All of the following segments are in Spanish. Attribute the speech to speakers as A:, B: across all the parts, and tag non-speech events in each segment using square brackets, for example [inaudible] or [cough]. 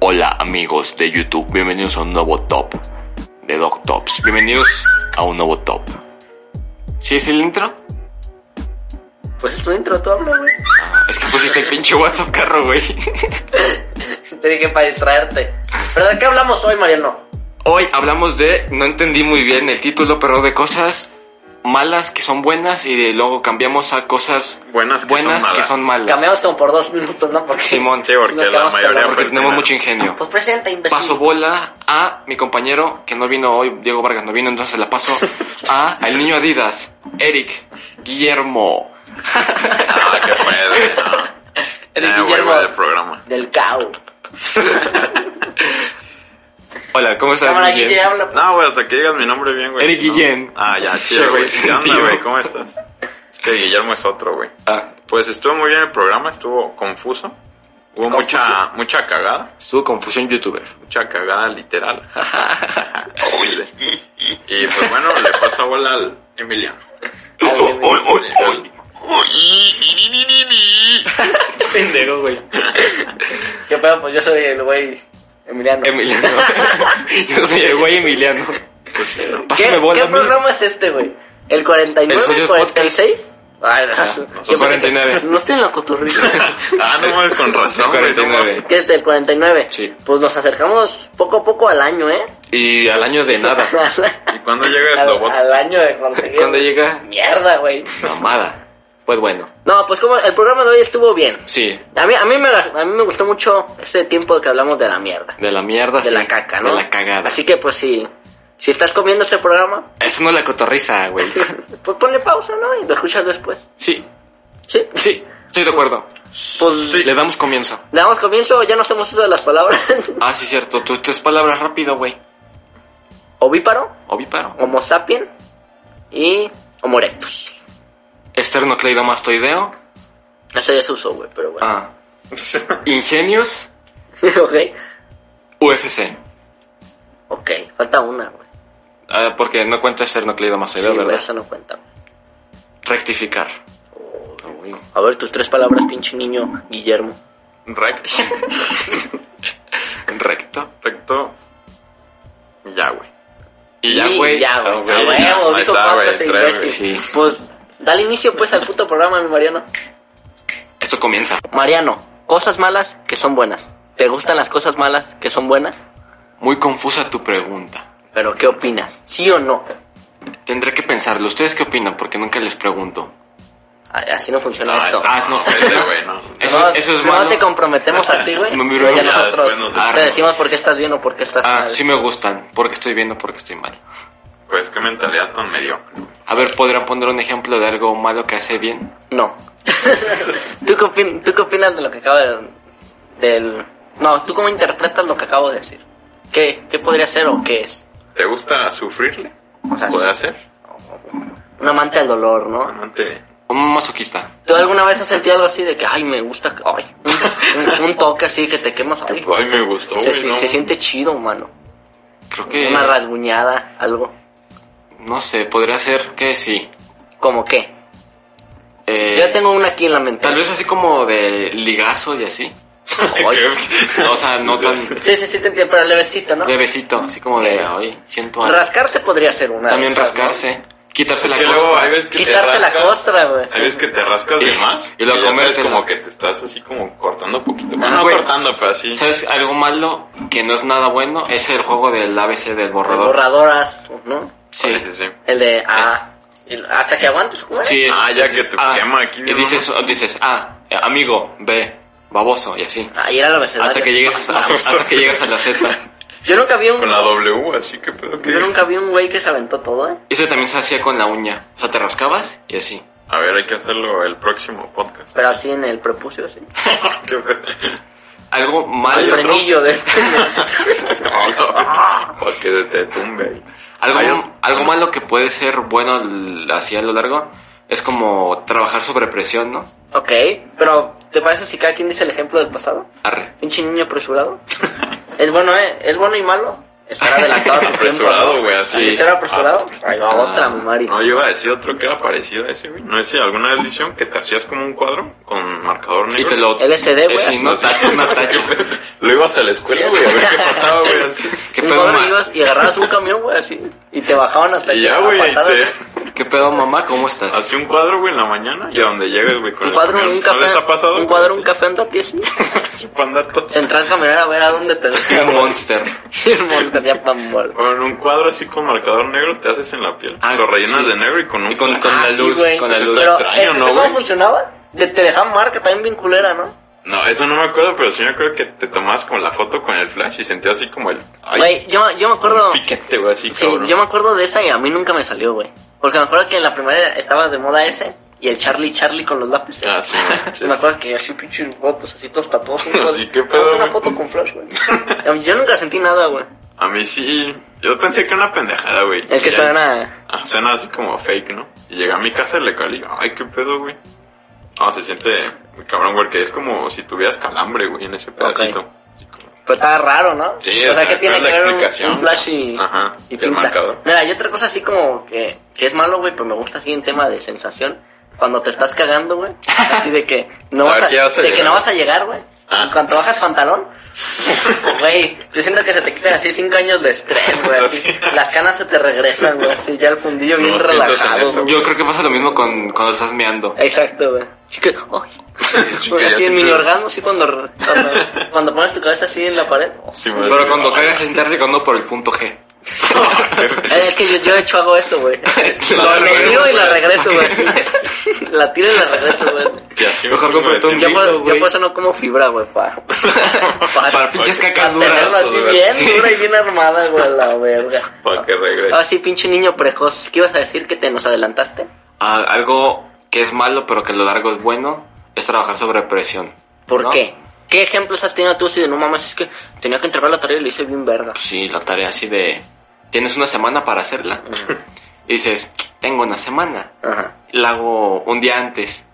A: Hola amigos de YouTube, bienvenidos a un nuevo top de Doc Tops. Bienvenidos a un nuevo top. ¿Sí es el intro?
B: Pues es tu intro, tú habla, güey. [laughs]
A: Ah, es que pusiste el pinche WhatsApp carro, güey.
B: Te dije para distraerte. ¿Pero de qué hablamos hoy, Mariano?
A: Hoy hablamos de, no entendí muy bien el título, pero de cosas malas que son buenas y de luego cambiamos a cosas
C: Buenas que
A: buenas
C: son
A: que
C: malas.
A: son malas.
B: Cambiamos como por dos minutos, ¿no? Porque...
A: Simón,
C: Sí, porque
B: Nos
C: la
B: quedamos
C: mayoría
B: con la-
C: fue
A: porque
C: el
A: tenemos
C: primero.
A: mucho ingenio.
B: Pues presenta, imbécil.
A: Paso bola a mi compañero que no vino hoy, Diego Vargas no vino, entonces la paso a al niño Adidas, Eric Guillermo.
C: [laughs] Ah,
A: [laughs]
C: qué pedo.
B: El
C: Ah, güey,
B: Guillermo
C: güey, del programa.
B: del Cao.
A: Hola, ¿cómo estás?
B: Cámara,
A: Guillén?
B: Guille, habla.
C: No, güey, hasta que digas mi nombre bien, güey.
A: Eric
C: si no-
A: Guillén. [laughs]
C: Ah, ya,
A: Che,
C: chido,
A: güey,
C: güey. ¿Qué onda,
A: sentido.
C: güey? ¿Cómo estás? Es que Guillermo es otro, güey.
A: Ah,
C: Pues estuvo muy bien el programa, estuvo confuso. Hubo mucha, mucha cagada,
A: estuvo confusión youtuber.
C: mucha cagada literal.
A: [laughs]
C: Horrible. y pues bueno, le paso bola al Emiliano.
A: Pendejo, güey.
B: Yo, pero pues yo soy el güey Emiliano.
A: Emiliano. [laughs] Yo soy el güey Emiliano.
B: ¿Qué,
A: Pásame bola,
B: qué
A: mi-
B: programa es este, güey? ¿El 49?
A: El Socios Ah,
B: ¿El 46? Ay, no,
A: son 49.
B: [laughs] No estoy en la coturrita.
A: [laughs]
C: Ah, no, mames, con razón, güey. no mames.
A: 49.
B: ¿Qué es del 49?
A: Sí.
B: Pues nos acercamos poco a poco al año, ¿eh?
A: Y al año de
B: [laughs]
A: nada.
C: ¿Y cuándo llega
B: al,
C: Slobots?
B: al año de
A: [laughs]
B: conseguir.
A: Cuando llega,
B: Mierda, güey.
A: mamada. Pues bueno,
B: No, pues como el programa de hoy estuvo bien.
A: sí.
B: A mí, a mí, me, a mí me gustó mucho ese tiempo que hablamos de la mierda.
A: De la mierda,
B: de
A: Ah, sí.
B: la caca, ¿no?
A: De la cagada.
B: Así que pues si, si estás comiendo ese programa, [laughs]
A: Eso no es la cotorriza, güey.
B: pues ponle pausa, ¿no? Y lo escuchas después.
A: Sí,
B: Sí.
A: sí, estoy de acuerdo.
B: Pues
C: Sí.
A: Le damos comienzo.
B: le damos comienzo, ya no hacemos eso de las palabras. [laughs]
A: Ah, sí, cierto. Tú tres palabras rápido, güey.
B: Ovíparo,
A: Ovíparo.
B: Homo sapien y Homo erectus.
A: Esternocleidomastoideo.
B: Eso ya se usó, güey, pero bueno.
A: Ah. Ingenios.
B: [laughs] ok.
A: UFC.
B: Ok, falta una, güey.
A: Ah, porque no cuenta esternocleidomastoideo,
B: Sí, güey,
A: ¿verdad?
B: eso no cuenta. güey.
A: Rectificar.
B: A ver, tus tres palabras, pinche niño Guillermo.
C: Recto,
A: Recto.
C: recto. Ya, güey.
A: Y ya,
B: Y
A: güey.
B: Ya, güey.
A: Ah,
B: A
C: güey, ya.
B: huevo,
C: Ahí
B: dijo
C: está,
B: cuatro
C: güey,
B: ese
C: tres,
B: imbécil.
A: güey. Sí.
B: Pues, dale inicio pues al puto programa, mi Mariano.
A: Esto comienza.
B: Mariano, cosas malas que son buenas. ¿Te gustan las cosas malas que son buenas?
A: Muy confusa tu pregunta.
B: ¿Pero qué opinas? ¿Sí o no?
A: Tendré que pensarlo. ¿Ustedes qué opinan? Porque nunca les pregunto.
B: A- Así no funciona
C: Ah,
B: esto.
C: esa-
A: Ah, [laughs] no,
C: esa, güey, no.
A: Eso,
B: Nomás-
A: eso es
B: nomás
A: malo.
B: te comprometemos a
A: [laughs]
B: ti, güey.
A: Me miro
B: Luego ya
A: ya,
B: nosotros
C: después nos
B: te
A: decimos.
B: decimos por qué estás bien o por qué estás
A: Ah,
B: mal.
A: sí me gustan. Porque estoy viendo, porque estoy mal.
C: Pues qué mentalidad tan mediocre.
A: A ver, ¿podrán poner un ejemplo de algo malo que hace bien?
B: No. [laughs] ¿Tú, qué opin- tú qué opinas de lo que acaba de... del... No, ¿tú cómo interpretas lo que acabo de decir? ¿Qué, qué podría ser o qué es?
C: ¿Te gusta sufrirle?
B: O sea,
A: Pues-
C: ¿Puede hacer?
B: Un amante al dolor, ¿no?
C: Amante.
A: Un masoquista.
B: ¿Tú alguna vez has sentido algo así de que, ay, me gusta, ay, un, un toque así que te quemas, ay,
A: Pues,
C: Ay, me gustó,
B: se,
C: güey,
B: se-
C: no.
B: se siente chido, mano.
A: Creo que...
B: Una rasguñada, algo.
A: No sé, podría ser que sí.
B: ¿Como qué?
A: Eh,
B: Yo ya tengo una aquí en la mente.
A: Tal vez así como de ligazo y
B: [laughs]
A: así.
C: [laughs]
B: Ay.
A: O sea, no
B: [laughs]
A: tan
B: Sí, sí, sí, te entiendo, pero levecito, ¿no?
A: levecito, así como
B: Eh,
A: de, ay, siento algo.
B: Rascarse podría ser una. de
A: También
B: esas, ¿no?
A: rascarse, Eh, quitarse
C: Es
A: la
C: que luego
A: costra.
C: hay veces que te
B: Quitarse la
C: rascas.
B: costra, güey.
C: Hay veces que te rascas de
A: Y-
C: más.
A: y luego
C: ya sabes
A: comértela.
C: como que te estás así como cortando poquito. Bueno,
A: Ah,
C: no
A: güey.
C: cortando, pero así.
A: ¿Sabes algo malo que no es nada bueno? Es el juego del ABC del borrador.
B: Borradoras, ¿no?
A: Sí.
C: Sí, sí.
B: El de, ah, el- hasta que aguantes, güey.
A: Sí, es-
C: Ah, ya que te
A: ah,
C: quema aquí.
A: Y dices, dices, ah, amigo, B, baboso, y así.
B: Ahí era el abecedario.
A: Hasta que llegas a- hasta que llegas a la Z.
B: Yo nunca vi un.
C: Con la W, así que pedo que.
B: Yo nunca vi un güey que se aventó todo, ¿eh?
A: Ese también se hacía con la uña. O sea, te rascabas y así.
C: A ver, hay que hacerlo el próximo
A: [laughs]
C: podcast. [laughs]
B: Pero así en el prepucio, sí.
C: Qué pedo.
A: Algo
B: El
A: malo.
C: Ah, otro?
B: frenillo
C: [laughs]
B: de.
C: No, no, Para que se te tumbe ahí. Hay
A: Algo,
C: otro.
A: algo malo que puede ser bueno al- así a lo largo es como trabajar sobre presión, ¿no?
B: ok, pero ¿te parece si cada quien dice el ejemplo del pasado?
A: Arre.
C: [laughs]
B: Pinche niño apresurado. es bueno, ¿eh? Es bueno y malo. Estar adelantado a tu tiempo.
C: Apresurado,
B: ¿no?
C: güey, así. pues,
B: ¿Así será apresurado? Ahí va
A: Ah.
B: otra, Mari.
C: No, yo iba a decir otro que era parecido a ese, güey. No sé si alguna vez lo hicieron que te hacías como un cuadro con marcador negro.
A: Y te
C: [laughs]
A: lo...
B: LSD, güey,
A: Ese,
B: así,
A: no
C: Así.
A: tacho, no tacho.
C: Lo ibas a la escuela, güey, a ver qué pasaba, güey, así.
A: ¿Qué
B: Un
A: pedo,
B: cuadro
A: ma-
B: ibas y agarrabas un camión, güey, así. Y te bajaban hasta
C: Y
B: que
C: ya,
B: a
C: güey, y
B: patadas,
C: te...
A: ¿Qué pedo, mamá? ¿Cómo estás?
C: Hacía un cuadro, güey, en la mañana y a donde llegas, güey, con
B: Un
C: el
B: cuadro,
C: camión.
B: un
C: ¿No les
B: café.
C: ha pasado?
B: Un
C: güey,
B: cuadro,
C: así?
B: un café andate [laughs] así.
C: Así para andar todo.
B: Entrar a caminar a ver a dónde te
A: Un monster.
B: [laughs] Sí, el monster ya pa' morir.
C: Con un cuadro así con marcador negro te haces en la piel.
A: Ah,
C: lo rellenas
A: sí.
C: de negro y con un
A: Y con- con
C: flash. Ah,
A: la
B: Ah, sí,
A: luz,
B: güey.
A: con la
C: Eso
A: luz.
C: está
B: Pero,
C: extraño,
B: ¿eso
C: ¿no,
B: cómo
C: güey?
B: funcionaba? Te, te dejaban marca también bien culera, ¿no?
C: No, eso no me acuerdo, pero sí me acuerdo que te tomabas como la foto con el flash y sentías así como el... ay,
B: Güey, yo, yo me acuerdo...
C: un [laughs] piquete, güey, así,
B: Sí,
C: cabrón.
B: yo me acuerdo de esa y a mí nunca me salió, güey. Porque me acuerdo que en la primera estaba de moda ese y el Charlie Charlie con los lápices.
C: Ah, sí,
A: [laughs]
C: manches.
B: me acuerdo que así pinches fotos, así todos tatuados.
C: [laughs] Así, ¿qué
B: Ponte
C: pedo,
B: una
C: güey?
B: foto con flash, güey. [laughs] Yo nunca sentí nada, güey.
C: A mí sí... Yo pensé que era una pendejada, güey.
B: El que
C: Y
B: suena...
C: Ah, suena así como fake, ¿no? Y llegué a mi casa y le caí, ay, qué pedo, güey. No, se siente muy cabrón, güey, que es como si tuvieras calambre, güey, en ese pedacito. Así como-
B: Pero estaba raro, ¿no?
C: Sí,
B: o sea,
C: o sea,
B: ¿qué tiene
C: ¿cuál
B: que
C: es la
B: ver un-
C: explicación?
B: un flash y,
C: Ajá,
B: y
C: y el
B: tinta?
C: marcador.
B: Mira, y otra cosa así como que, que es malo, güey, pero me gusta así en tema de sensación. Cuando te estás cagando, güey, así de que
C: [laughs]
B: no
C: Saber
B: vas a,
C: que ya vas a
B: de que
C: llegar.
B: no vas a llegar, güey.
C: Ah.
B: Y cuando bajas pantalón, [laughs] güey, yo siento que se te quitan así cinco años de estrés,
C: [laughs]
B: güey. así.
C: Así.
B: Las canas se te regresan, güey, así ya el fundillo
C: No
B: bien
C: piensas en
B: relajado.
C: eso,
B: güey.
A: Yo creo que pasa lo mismo con cuando estás meando.
B: Exacto, güey. Así que, ay.
A: [laughs]
C: Sí,
B: Güey,
C: que ya
B: así en
C: siempre-
B: mini orgasmo, así cuando, cuando, cuando pones tu cabeza así en la pared.
C: Sí, güey,
A: Pero
C: así,
A: cuando
C: no,
A: cagas estás regando por el punto G.
B: Eh, Es que yo, yo de hecho hago eso, güey.
C: [laughs] La
B: Lo
C: regresas,
B: enemigo y la
C: güey.
B: regreso,
C: [laughs]
B: güey. La tiro y la regreso, güey.
C: Y así
A: Mejor
C: un chingo
A: cómprate
C: de
A: un
B: Yo,
A: dildo,
C: timbal.
B: por- yo
A: güey.
B: por eso no como fibra, güey, pa.
A: Para pinches
C: [laughs] para que-
B: Para
A: cacaduras.
B: tenerlo así
C: güey.
B: bien
A: Sí.
B: dura y bien armada, güey, a la verga.
C: Para que regrese.
B: Ah, sí, pinche niño precoz. ¿Qué ibas a decir que te nos adelantaste?
A: Ah, algo que es malo, pero que a lo largo es bueno, es trabajar sobre presión.
B: ¿Por
A: ¿no?
B: qué? ¿Qué ejemplos has tenido tú si de no mames es que tenía que entregar la tarea y le hice bien verga?
A: Pues Sí, la tarea así de... Tienes una semana para hacerla. [laughs] Y dices, tengo una semana.
B: Ajá.
A: La hago un día antes.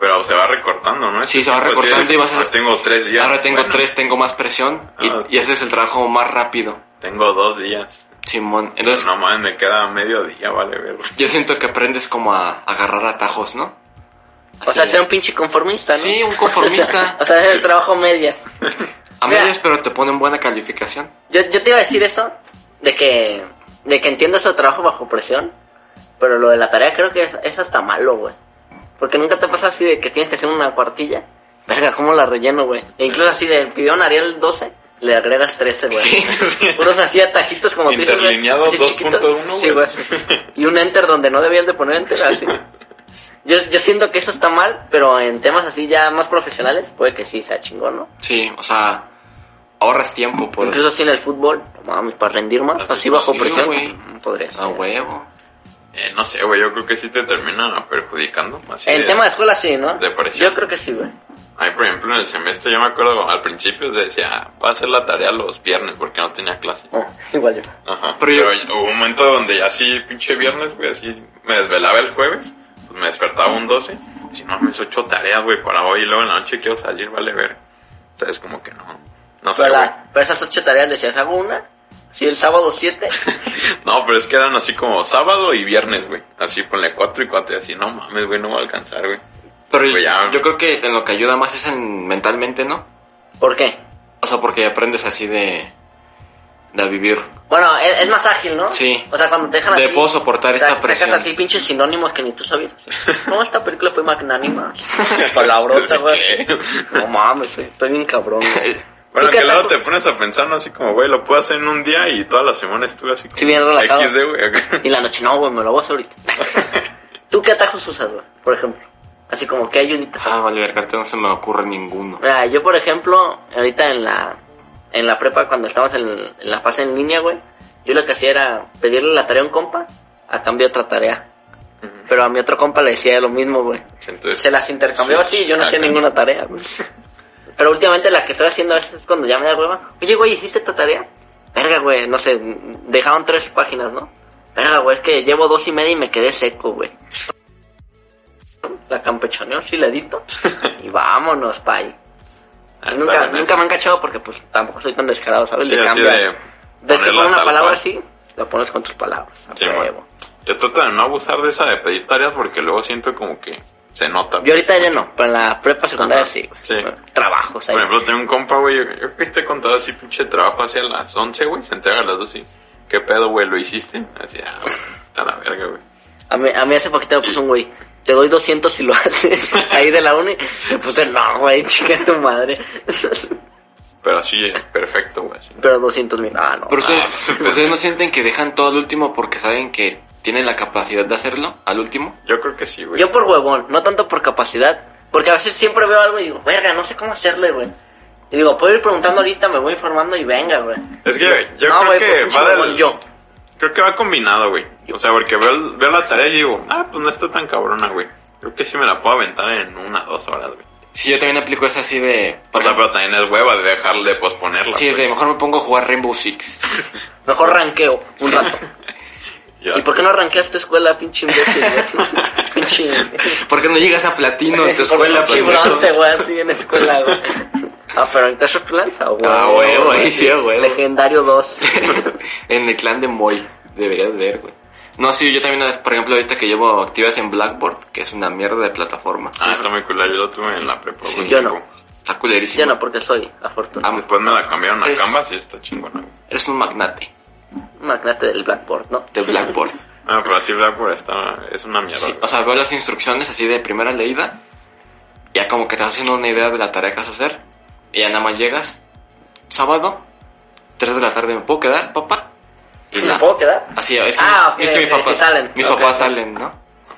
C: Pero se va recortando, ¿no?
A: Sí, se
C: Este
A: va
C: tiempo,
A: recortando
C: así,
A: y vas a-
C: pues, tengo tres días.
A: Ahora tengo
C: Bueno,
A: tres, tengo más presión. y-
C: Ah.
A: y, haces el trabajo más rápido.
C: Tengo dos días.
A: Simón. Entonces,
C: No mames, me queda medio día, vale, güey.
A: yo siento que aprendes como a agarrar atajos, ¿no?
B: O sea,
A: Así.
B: ser un pinche conformista, ¿no? [laughs]
A: Sí, un conformista.
B: O sea, es el trabajo media.
A: A
B: Mira.
A: medias, pero te ponen buena calificación.
B: Yo, yo te iba a decir eso, de que, de que entiendo eso de trabajo bajo presión, pero lo de la tarea creo que es, es hasta malo, güey. Porque nunca te pasa así de que tienes que hacer una cuartilla. Verga, ¿cómo la relleno, güey? E incluso así de, pidió un Arial 12, le agregas 13, güey.
A: Sí, sí.
B: Puros así atajitos como tú dices, güey,
C: Interlineado
B: así chiquitos.
C: 2.1,
B: Sí,
C: güey.
B: güey. Y un enter donde no debían de poner enter, así. Yo, yo siento que eso está mal, pero en temas así ya más profesionales, puede que sí sea chingón, ¿no?
A: Sí, o sea, ahorras tiempo por...
B: Incluso así en el fútbol, no mames, para rendir más, así,
C: Así
B: bajo
A: sí,
B: presión,
A: güey. Ah,
B: no podría ser.
A: A huevo.
C: Eh, no sé, güey, yo creo que sí te termina perjudicando. Así
B: en
C: de-
B: tema de escuela sí, ¿no?
C: de presión.
B: Yo creo que sí, güey.
C: Ahí, por ejemplo, en el semestre yo me acuerdo al principio decía, "Ah, voy a hacer la tarea los viernes porque no tenía clase.
B: Ah, [laughs] igual yo.
C: Ajá.
A: Pero yo-
C: Pero, hubo un momento donde ya así, pinche viernes, güey, así me desvelaba el jueves, pues me despertaba un 12. Si no, me hizo ocho tareas, güey, para hoy y luego en la noche quiero salir, vale ver. Entonces, como que no, no sé,
B: Pero,
C: güey.
B: la- pero esas ocho tareas decías, hago una, sí, el sábado siete,
C: No, pero es que eran así como sábado y viernes, güey. Así ponle cuatro y cuatro y así, no mames, güey, no voy a alcanzar, güey.
A: Pero
C: Pues ya.
A: yo creo que en lo que ayuda más es en mentalmente, ¿no?
B: ¿por qué?
A: O sea, porque aprendes así de... De a vivir.
B: Bueno, e-, es, es más ágil, ¿no?
A: Sí.
B: O sea, cuando te dejan
A: De
B: así...
A: puedo soportar esta presión.
B: Sacas así pinches sinónimos que ni
A: [laughs]
B: tú sabías. así. No, esta película fue magnánima. Palabrota, güey.
C: ¿Qué?
B: No mames, güey, estoy bien cabrón,
A: [laughs]
B: güey.
A: Eh.
C: Bueno,
B: ¿Tú qué
C: que
B: tal?
C: luego te pones a pensar, ¿no? Así como, güey, lo puedo hacer en un día y toda la semana estuve así como...
B: Sí, bien relajado.
C: XD, güey. acá.
B: [laughs] Y la noche, no, güey, me lo voy a
A: [laughs]
B: hacer ahorita. ¿Tú qué atajos usas, güey? Por ejemplo. Así como que ayuditas.
A: Ah, vale, Vercarte, no se me ocurre ninguno.
B: Mira, Ah, yo por ejemplo, ahorita en la en la prepa cuando estábamos en, en la fase en línea, güey, yo lo que hacía era pedirle la tarea a un compa a cambio de otra tarea. Pero a mi otro compa le decía lo mismo, güey.
C: Entonces,
B: Se las intercambiaba
C: Sí,
B: así y yo no hacía
C: acá.
B: ninguna tarea,
C: [laughs]
B: güey. Pero últimamente la que estoy haciendo es es cuando ya me da hueva. Oye, güey, ¿hiciste tu tarea? Verga, güey, no sé, dejaron tres páginas, ¿no? Verga, güey, es que llevo dos y media y me quedé seco, güey. La campechoneo
C: [laughs]
B: chiladito y vámonos, pay.
C: ah, está
B: Nunca,
C: buena.
B: nunca me han cachado porque pues tampoco soy tan descarado, ¿sabes?
C: Sí,
B: Le
C: así
B: cambias.
C: de...
B: ¿Ves que
C: Ponerla
B: con una
C: tal
B: palabra
C: cual.
B: así? La pones con tus palabras. a
C: Sí, güey.
B: huevo.
C: Yo trato de no abusar de esa de pedir tareas porque luego siento como que se nota.
B: Yo ahorita ya no, pero en la prepa secundaria
C: Ajá,
B: sí, güey.
C: sí.
B: Trabajos ahí.
C: Por ejemplo, tengo un compa, güey, yo, yo que esté contado así, pinche trabajo hacia las 11, güey, se entrega a las 12. ¿Qué pedo, güey? ¿Lo hiciste? Así, ah, güey, está la verga, güey.
B: A mí, a mí hace poquito me puso un güey, te doy 200 si lo [laughs] haces ahí de la uni. Le puse, no, güey, [laughs] chica tu madre.
C: Pero así es perfecto, güey. así.
B: Pero 200 mil, ah, no.
A: Pero ustedes,
C: Ah,
A: ustedes no sienten que dejan todo al último porque saben que tienen la capacidad de hacerlo al último.
C: Yo creo que sí, güey.
B: Yo por huevón, no tanto por capacidad. Porque a veces siempre veo algo y digo, verga, no sé cómo hacerle, güey. Y digo, puedo ir preguntando ahorita, me voy informando y venga, güey.
C: Es que yo
B: No,
C: creo
B: güey,
C: que
B: pues,
C: va
B: pinche
C: del...
B: huevón, yo.
C: Creo que va combinado, güey. O sea, porque veo, el- veo la tarea y digo, ah, pues no está tan cabrona, güey. Creo que sí me la puedo aventar en una, dos horas, güey.
A: Si yo también aplico eso así de...
C: O sea, pero también es hueva de dejar de posponerla.
A: Sí,
C: güey.
A: de mejor me pongo a jugar Rainbow Six.
B: Mejor ranqueo
A: [laughs]
B: un rato.
C: Ya.
B: ¿Y por qué no ranqueas tu escuela, pinche
A: [laughs]
B: imbécil? güey? pinche.
A: ¿Por qué no llegas a platino [laughs] en tu
B: Por
A: escuela?
B: pinche
A: pendejo?
B: bronce, güey, así en escuela, güey. Ah, pero en Clash of Clans, ah, güey.
A: Ah, güey, güey, sí, ah, güey.
B: Legendario 2.
A: [laughs] en el clan de Moy. Deberías ver, güey. No, sí, yo también, por ejemplo, ahorita que llevo activas en Blackboard, que es una mierda de plataforma.
C: Ah, está muy cool. Yo lo tuve en la prepa, güey.
B: yo no.
A: Está culerísimo.
B: Yo no, porque soy afortunado.
A: Ah,
C: Después me la cambiaron a
A: Es-
C: Canvas y está chingona, güey.
A: Eres un magnate Ah.
B: Un magnate del Blackboard, ¿no?
A: de
C: [laughs]
A: Blackboard.
C: Ah, pero así Blackboard está... Es una mierda,
A: Sí,
C: güey.
A: o sea, veo las instrucciones así de primera leída. Ya como que te vas haciendo una idea de la tarea que vas a hacer. Y ya nada más llegas. Sábado, 3 de la tarde, ¿me puedo quedar, papá? Y
B: ¿Me
A: la-
B: puedo quedar?
A: Así, es que,
B: Ah, ok,
A: es que mis
B: ok,
A: papás
B: sí salen.
A: Mis
C: Ok.
A: papás salen, ¿no?